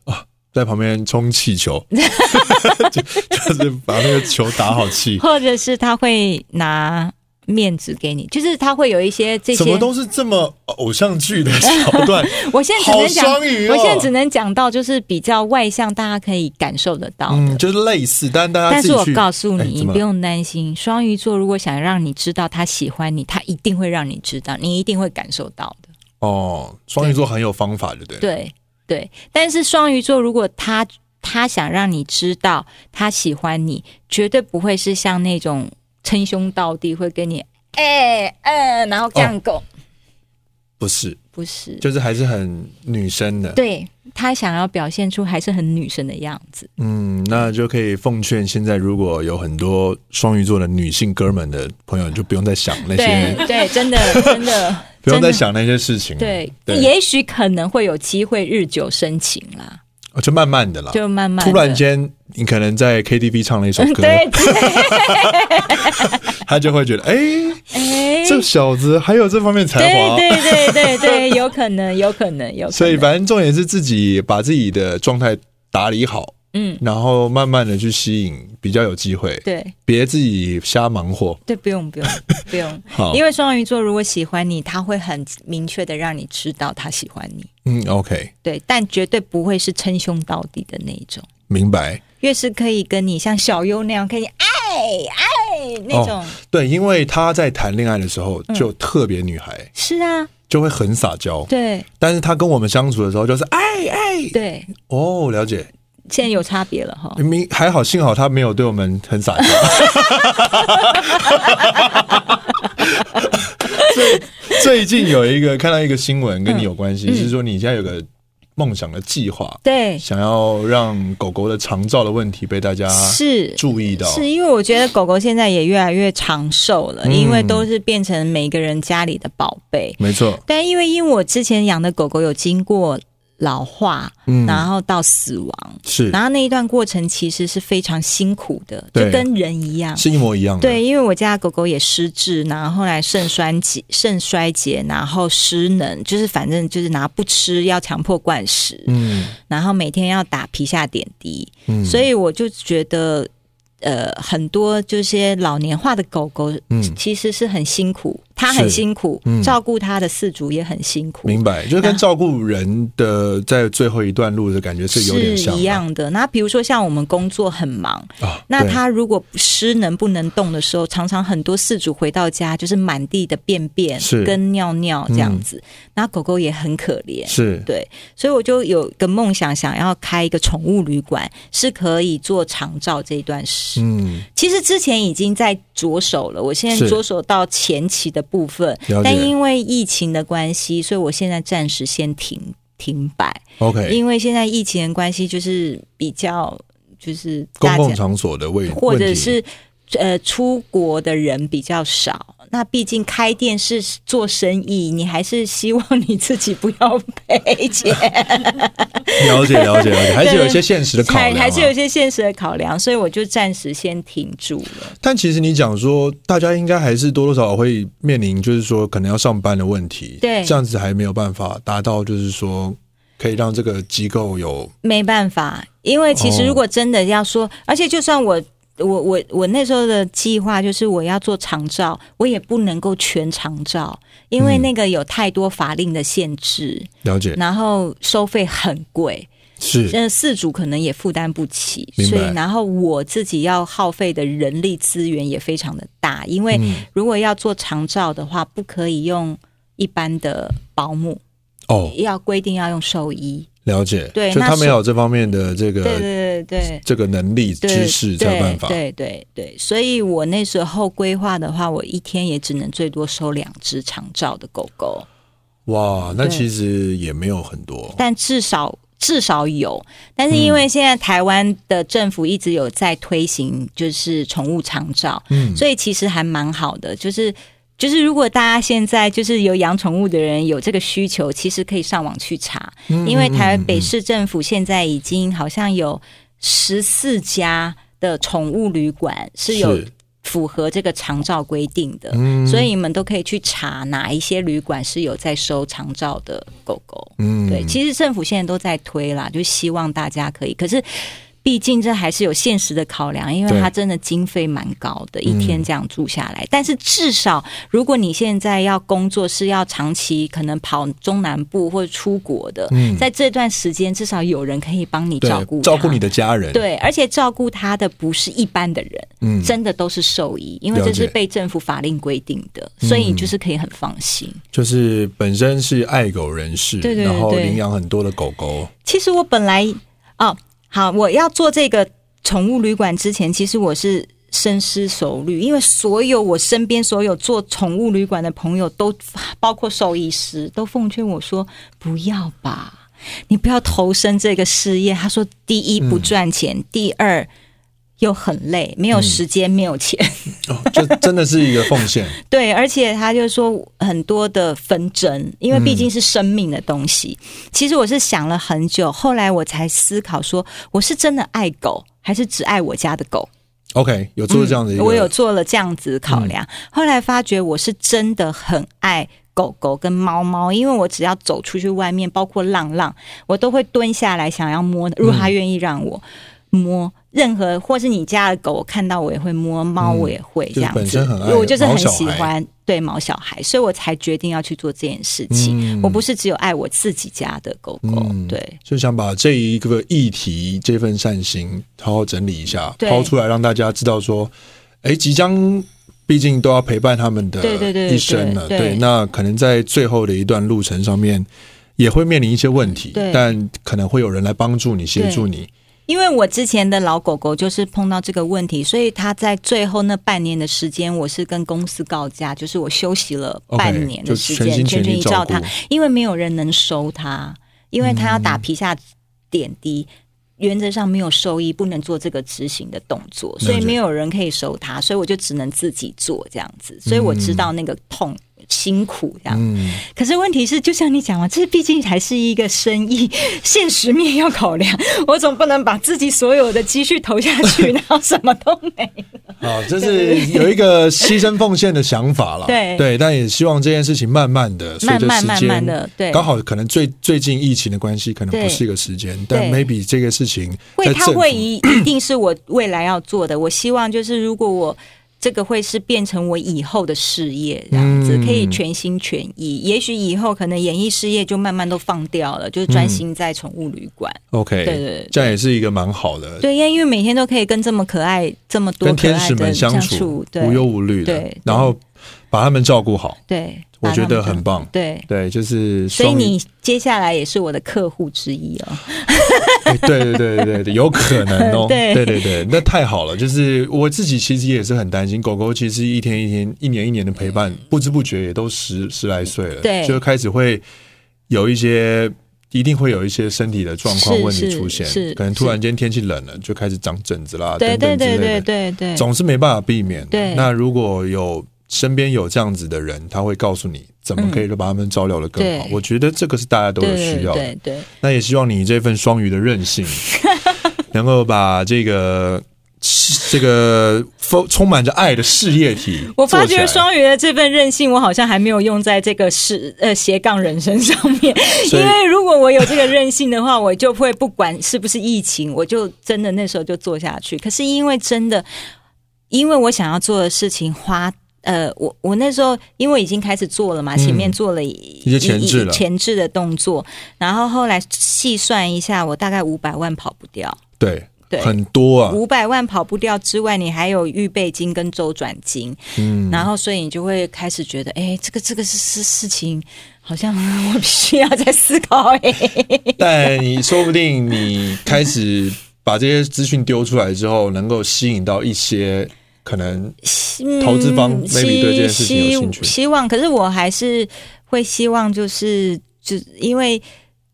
Speaker 1: 在旁边充气球， 就就是把那个球打好 气，
Speaker 2: 或者是他会拿面子给你，就是他会有一些这些
Speaker 1: 怎。么都是这么偶像剧的桥段。
Speaker 2: 我现在只能讲，
Speaker 1: 好双语哦
Speaker 2: 我现在只能讲到就是比较外向，大家可以感受得到。
Speaker 1: 嗯，就是类似，但大家
Speaker 2: 但
Speaker 1: 自
Speaker 2: 是
Speaker 1: 己
Speaker 2: 我
Speaker 1: 去。
Speaker 2: 告诉
Speaker 1: 哎
Speaker 2: 你，
Speaker 1: 怎么
Speaker 2: 不用担心。双鱼座如果想让你知道他喜欢你，他一定会让你知道，你一定会感受到的。
Speaker 1: 哦，双鱼座很有方法，对不对？
Speaker 2: 对对，但是双鱼座如果他他想让你知道他喜欢你，绝对不会是像那种称兄道弟，会跟你哎嗯、然后这
Speaker 1: 哦
Speaker 2: 样狗、
Speaker 1: 不是，
Speaker 2: 不是。
Speaker 1: 就是还是很女生的。
Speaker 2: 对他想要表现出还是很女生的样子，
Speaker 1: 嗯，那就可以奉劝现在如果有很多双鱼座的女性哥们的朋友，就不用再想那
Speaker 2: 对
Speaker 1: 些，，
Speaker 2: 对，真的真的
Speaker 1: 不用再
Speaker 2: 真的
Speaker 1: 想那些事情了。
Speaker 2: 对，也许可能会有机会日久生情啦，
Speaker 1: 哦就慢慢的啦。
Speaker 2: 就慢慢
Speaker 1: 突然
Speaker 2: 地
Speaker 1: 间，你可能在 KTV 唱了一首歌，
Speaker 2: 对，
Speaker 1: 他就会觉得， 哎、
Speaker 2: 哎，
Speaker 1: 这小子还有这方面才华。
Speaker 2: 对对对对对， 有可能，有可能，有可能。
Speaker 1: 所以，反正重点是自己把自己的状态打理好，
Speaker 2: 嗯，
Speaker 1: 然后慢慢的去吸引，比较有机会。
Speaker 2: 对
Speaker 1: 别自己瞎忙活。
Speaker 2: 对，不用 不用不用，
Speaker 1: 好，
Speaker 2: 因为双鱼座如果喜欢你，他会很明确的让你知道他喜欢你，
Speaker 1: 嗯，OK，
Speaker 2: 对，但绝对不会是称兄道弟的那一种，
Speaker 1: 明白。
Speaker 2: 越是可以跟你像小优那样跟你哎哎那种，
Speaker 1: 对，因为他在谈恋爱的时候就特别女孩，
Speaker 2: 是啊，
Speaker 1: 就会很撒娇。
Speaker 2: 嗯对
Speaker 1: 但是他跟我们相处的时候，就是哎哎，
Speaker 2: 对，
Speaker 1: 哦，了解。
Speaker 2: 现在有差别了哈。
Speaker 1: 明明还好，幸好他没有对我们很撒娇。 最最近有一个看到一个新闻跟你有关
Speaker 2: 嗯
Speaker 1: 系，是说你现在有个梦想的计划，
Speaker 2: 对，
Speaker 1: 想要让狗狗的长照的问题被大家
Speaker 2: 是
Speaker 1: 啊注意到。
Speaker 2: 是因为我觉得狗狗现在也越来越长寿了，
Speaker 1: 嗯
Speaker 2: 因为都是变成每个人家里的宝贝。
Speaker 1: 没错，
Speaker 2: 但因为因为我之前养的狗狗有经过老化，
Speaker 1: 嗯
Speaker 2: 然后到死亡，
Speaker 1: 是
Speaker 2: 然后那一段过程其实是非常辛苦的，就
Speaker 1: 对
Speaker 2: 跟人一样。
Speaker 1: 是一模一样的。
Speaker 2: 对，因为我家狗狗也失智，然后后来肾衰竭、肾衰竭，然后失能，就是反正就是拿不吃，要强迫灌食，
Speaker 1: 嗯，
Speaker 2: 然后每天要打皮下点滴，
Speaker 1: 嗯
Speaker 2: 所以我就觉得，呃，很多这些老年化的狗狗，
Speaker 1: 嗯
Speaker 2: 其实是很辛苦，它很
Speaker 1: 是
Speaker 2: 辛苦，
Speaker 1: 嗯
Speaker 2: 照顾它的饲主也很辛苦，
Speaker 1: 明白，就是跟照顾人的在最后一段路的感觉是有点像的
Speaker 2: 一样的。那比如说像我们工作很忙，
Speaker 1: 啊。
Speaker 2: 那
Speaker 1: 对
Speaker 2: 它如果失能不能动的时候，常常很多饲主回到家就是满地的便便
Speaker 1: 是嗯
Speaker 2: 跟尿尿这样子，那、狗狗也很可怜。
Speaker 1: 是
Speaker 2: 对，所以我就有一个梦想，想要开一个宠物旅馆，是可以做长照这一段时。
Speaker 1: 嗯，
Speaker 2: 其实之前已经在着手了，我现在
Speaker 1: 是
Speaker 2: 着手到前期的部分
Speaker 1: 了解，
Speaker 2: 但因为疫情的关系，所以我现在暂时先停停摆，
Speaker 1: OK，
Speaker 2: 因为现在疫情的关系，就是比较就是
Speaker 1: 公
Speaker 2: 大家
Speaker 1: 共场所的位
Speaker 2: 或者
Speaker 1: 问题
Speaker 2: 是呃出国的人比较少。那毕竟开店是做生意，你还是希望你自己不要 赔钱，
Speaker 1: 了 解了解了解，还是有一些现实的考
Speaker 2: 还
Speaker 1: 量、啊。
Speaker 2: 还是有一些现实的考量，所以我就暂时先停住了。
Speaker 1: 但其实你讲说，大家应该还是多多少少会面临，就是说可能要上班的问题。
Speaker 2: 对
Speaker 1: 这样子还没有办法达到，就是说可以让这个机构有
Speaker 2: 没办法，因为其实
Speaker 1: 哦
Speaker 2: 如果真的要说，而且就算我。我我我那时候的计划就是我要做长照，我也不能够全长照，因为
Speaker 1: 嗯
Speaker 2: 那个有太多法令的限制，
Speaker 1: 了解，
Speaker 2: 然后收费很贵，
Speaker 1: 是
Speaker 2: 呃，饲主可能也负担不起，
Speaker 1: 明白
Speaker 2: 所以然后我自己要耗费的人力资源也非常的大，因为
Speaker 1: 嗯
Speaker 2: 如果要做长照的话，不可以用一般的保姆，
Speaker 1: 哦，
Speaker 2: 要规定要用兽医。
Speaker 1: 了解。
Speaker 2: 对
Speaker 1: 就
Speaker 2: 那
Speaker 1: 他们
Speaker 2: 是
Speaker 1: 有这方面的这个
Speaker 2: 对对对
Speaker 1: 这个能力
Speaker 2: 对对，
Speaker 1: 啊知识才有办法。
Speaker 2: 对对对对，所以我那时候规划的话，我一天也只能最多收两只长照的狗狗，
Speaker 1: 哇，那
Speaker 2: 对
Speaker 1: 其实也没有很多。
Speaker 2: 但至少。至少有，但是因为现在台湾的政府一直有在推行，就是宠物长照，
Speaker 1: 嗯，
Speaker 2: 所以其实还蛮好的，就是。就是如果大家现在就是有养宠物的人有这个需求，其实可以上网去查，
Speaker 1: 嗯
Speaker 2: 因为台北市政府现在已经好像有十四家的宠物旅馆是有
Speaker 1: 是
Speaker 2: 符合这个长照规定的，
Speaker 1: 嗯
Speaker 2: 所以你们都可以去查哪一些旅馆是有在收长照的狗狗。
Speaker 1: 嗯，
Speaker 2: 对，其实政府现在都在推啦，就希望大家可以，可是。毕竟这还是有现实的考量，因为
Speaker 1: 对嗯
Speaker 2: 它真的经费蛮高的，一天这样住下来。但是至少，如果你现在要工作是要长期可能跑中南部或者出国的，在这段时间至少有人可以帮
Speaker 1: 嗯
Speaker 2: 你
Speaker 1: 对
Speaker 2: 照顾
Speaker 1: 照顾
Speaker 2: 它
Speaker 1: 你的家人，，
Speaker 2: 对，而且照顾他的不是一般的人，
Speaker 1: 嗯
Speaker 2: 真的都是兽医，因为
Speaker 1: 了
Speaker 2: 这是
Speaker 1: 解嗯
Speaker 2: 被政府法令规定的，所以你就是可以很放心。
Speaker 1: 就是本身是爱狗人士，
Speaker 2: 对对
Speaker 1: 然后
Speaker 2: 对
Speaker 1: 领养很多的狗狗，
Speaker 2: 其实我本来哦，好，我要做这个宠物旅馆之前，其实我是深思熟虑，因为所有我身边所有做宠物旅馆的朋友都，包括兽医师，都奉劝我说不要吧，你不要投身这个事业。他说，第一不赚钱，第二。又很累，没有时间，没有钱，
Speaker 1: 哦， 这真的是一个奉献，
Speaker 2: 对，而且他就说很多的纷争，因为毕竟是生命的东西。其实我是想了很久，后来我才思考说，我是真的爱狗，还是只爱我家的狗？
Speaker 1: OK，有做这样的一个，
Speaker 2: 嗯
Speaker 1: 嗯
Speaker 2: 我有做了这样子考量，后来发觉我是真的很爱。狗狗跟猫猫，因为我只要走出去外面，包括浪浪，我都会蹲下来想要摸。如果它愿意让我
Speaker 1: 嗯
Speaker 2: 摸，任何或是你家的狗，我看到我也会摸，猫我也会这
Speaker 1: 嗯就
Speaker 2: 样
Speaker 1: 是本
Speaker 2: 子。
Speaker 1: 身很爱
Speaker 2: 我就是很
Speaker 1: 毛小孩
Speaker 2: 喜欢对毛小孩，所以我才决定要去做这件事情。
Speaker 1: 嗯
Speaker 2: 我不是只有爱我自己家的狗狗，
Speaker 1: 嗯
Speaker 2: 对
Speaker 1: 就想把这一个议题、这份善心好好整理一下，
Speaker 2: 对
Speaker 1: 抛出来让大家知道说，哎，即将毕竟都要陪伴他们的
Speaker 2: 对对对
Speaker 1: 一生了，
Speaker 2: 对对
Speaker 1: 那可能在最后的一段路程上面也会面临一些问题
Speaker 2: 对，
Speaker 1: 但可能会有人来帮助你、协助你，
Speaker 2: 因为我之前的老狗狗就是碰到这个问题，所以它在最后那半年的时间，我是跟公司告假，就是我休息了
Speaker 1: OK，
Speaker 2: 半年的时
Speaker 1: 就
Speaker 2: 间，
Speaker 1: 全心全
Speaker 2: 全
Speaker 1: 力
Speaker 2: 意照它
Speaker 1: 照顾，
Speaker 2: 因为没有人能收它，因为它要打皮下点滴。原则上没有兽医不能做这个执行的动作，所以
Speaker 1: 了解
Speaker 2: 没有人可以收它，所以我就只能自己做这样子。所以我知道那个痛、辛苦这样。
Speaker 1: 嗯，
Speaker 2: 可是问题是，就像你讲嘛，这毕竟还是一个生意， 现实面要考量。 我总不能把自己所有的积蓄投下 去，然后什么都没。
Speaker 1: 啊，这是有一个牺牲奉献的想法了，
Speaker 2: 对
Speaker 1: 对，但也希望这件事情慢慢的，随着
Speaker 2: 慢
Speaker 1: 时
Speaker 2: 慢
Speaker 1: 间
Speaker 2: 慢慢地对
Speaker 1: 刚好可能最最近疫情的关系，可能
Speaker 2: 对
Speaker 1: 不是一个时间，但
Speaker 2: 对
Speaker 1: maybe 这个事情
Speaker 2: 会，
Speaker 1: 在
Speaker 2: 它
Speaker 1: 政府
Speaker 2: 会一一定是我未来要做的。我希望就是，如果我这个会是变成我以后的事业，这样子、
Speaker 1: 嗯
Speaker 2: 可以全心全意。也许以后可能演艺事业就慢慢都放掉了，就是专心在宠物旅馆。
Speaker 1: OK，
Speaker 2: 对对对
Speaker 1: 这样也是一个蛮好的，
Speaker 2: 对，因为因为每天都可以跟这么可爱、这么多
Speaker 1: 呃跟
Speaker 2: 可
Speaker 1: 天
Speaker 2: 爱
Speaker 1: 使
Speaker 2: 的
Speaker 1: 们相处
Speaker 2: 处，对
Speaker 1: 无忧无虑的，
Speaker 2: 对对
Speaker 1: 然后把他们照顾好，
Speaker 2: 对，
Speaker 1: 我觉得
Speaker 2: 把它们
Speaker 1: 很棒
Speaker 2: 对。
Speaker 1: 对，就是
Speaker 2: 所以
Speaker 1: 双
Speaker 2: 你接下来也是我的客户之一哦。，
Speaker 1: 哎对对对对对，有可能哦
Speaker 2: 对
Speaker 1: 对对对，那太好了，就是我自己其实也是很担心，狗狗其实一天一天、一年一年的陪伴，不知不觉也都十十来岁了，
Speaker 2: 对
Speaker 1: 就开始会有一些。一定会有一些身体的状况
Speaker 2: 是
Speaker 1: 问题
Speaker 2: 是
Speaker 1: 出现
Speaker 2: 是，
Speaker 1: 可能突然间天气冷了就开始长疹子啦，
Speaker 2: 对
Speaker 1: 等等
Speaker 2: 对
Speaker 1: 之类
Speaker 2: 对
Speaker 1: 的
Speaker 2: 对对对，
Speaker 1: 总是没办法避免的。
Speaker 2: 对
Speaker 1: 那如果有身边有这样子的人，他会告诉你怎么可以把他们照料的更好。
Speaker 2: 嗯对
Speaker 1: 我觉得这个是大家都有
Speaker 2: 对对
Speaker 1: 需要的。
Speaker 2: 对对
Speaker 1: 那也希望你这份双鱼的韧性，能够把这个这个丰充满着爱的事业体做起来，
Speaker 2: 我发觉双鱼的这份韧性，我好像还没有用在这个是呃斜杠人生上面。
Speaker 1: 所以
Speaker 2: 因为如果我有这个韧性的话，我就会不管是不是疫情，我就真的那时候就做下去。可是因为真的，因为我想要做的事情花。呃，我我那时候因为已经开始做了嘛，前面做了一
Speaker 1: 嗯一些前置了
Speaker 2: 一前置的动作，然后后来细算一下，我大概五百万跑不掉，
Speaker 1: 对
Speaker 2: 对
Speaker 1: 很多啊，
Speaker 2: 五百万跑不掉之外，你还有预备金跟周转金，
Speaker 1: 嗯，
Speaker 2: 然后所以你就会开始觉得，哎、这个这个是是事情，好像 我必须要再思考、哎，
Speaker 1: 但你说不定你开始把这些资讯丢出来之后，能够吸引到一些可能 投资方 maybe 对这件事情有兴趣
Speaker 2: 嗯希希望，可是我还是会希望，就是就因为。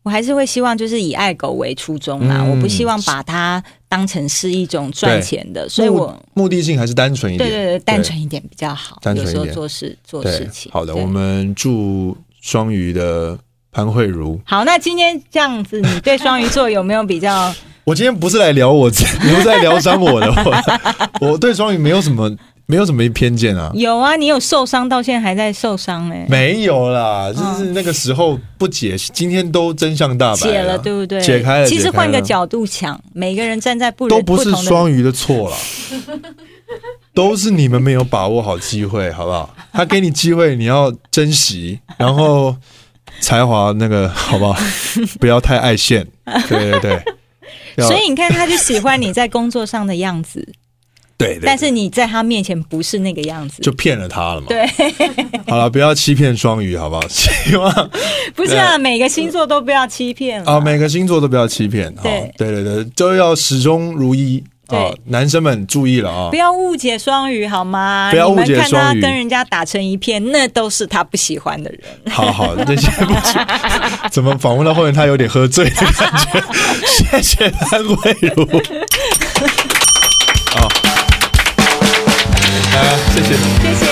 Speaker 2: 我还是会希望就是以爱狗为初衷啦，
Speaker 1: 嗯
Speaker 2: 我不希望把它当成是一种赚钱的，所以
Speaker 1: 目
Speaker 2: 我
Speaker 1: 目的性还是单纯一
Speaker 2: 对
Speaker 1: 点，
Speaker 2: 对对单纯一点比较好。
Speaker 1: 单纯
Speaker 2: 有
Speaker 1: 一
Speaker 2: 时候
Speaker 1: 点
Speaker 2: 做事做
Speaker 1: 对
Speaker 2: 事情，
Speaker 1: 好的，
Speaker 2: 对
Speaker 1: 我们祝双鱼的潘慧茹
Speaker 2: 好，那今天这样子，你对双鱼座有没有比较
Speaker 1: 我今天不是来聊我自， 你不是来疗伤我的，我 我对双鱼没有什么没有什么偏见啊，
Speaker 2: 有啊，你有受伤，到现在还在受伤哎、
Speaker 1: 没有啦，就是那个时候不解，今天都真相大白
Speaker 2: 嗯
Speaker 1: 啊
Speaker 2: 解了对不对？
Speaker 1: 解开了，
Speaker 2: 其实
Speaker 1: 解开
Speaker 2: 换个
Speaker 1: 了
Speaker 2: 角度想，每个人站在不人
Speaker 1: 都不是
Speaker 2: 同的
Speaker 1: 双鱼的错啦， 都是你们没有把握好机会，好不好？他给你机会，你要珍惜，然后才华那个好 不好？不要太爱现，对对对，要
Speaker 2: 所以你看，他就喜欢你在工作上的样子，
Speaker 1: 对对对
Speaker 2: 但是你在他面前不是那个样子。
Speaker 1: 就骗了他了嘛。
Speaker 2: 对，
Speaker 1: 好了，不要欺骗双鱼，好不 好？希望
Speaker 2: 不是啊，每个星座都不要欺骗了。
Speaker 1: 啊，每个星座都不要欺骗，好，
Speaker 2: 对
Speaker 1: 对对对，都要始终如一啊
Speaker 2: 对，
Speaker 1: 男生们注意了啊
Speaker 2: 不。要误解双鱼好吗？
Speaker 1: 不要误解
Speaker 2: 你们看他
Speaker 1: 双鱼
Speaker 2: 跟人家打成一片，那都是他不喜欢的人。
Speaker 1: 好好，这些不起，怎么访问到后面他有点喝醉的感 觉？谢谢潘慧茹。啊好，来，谢谢。
Speaker 2: 谢谢。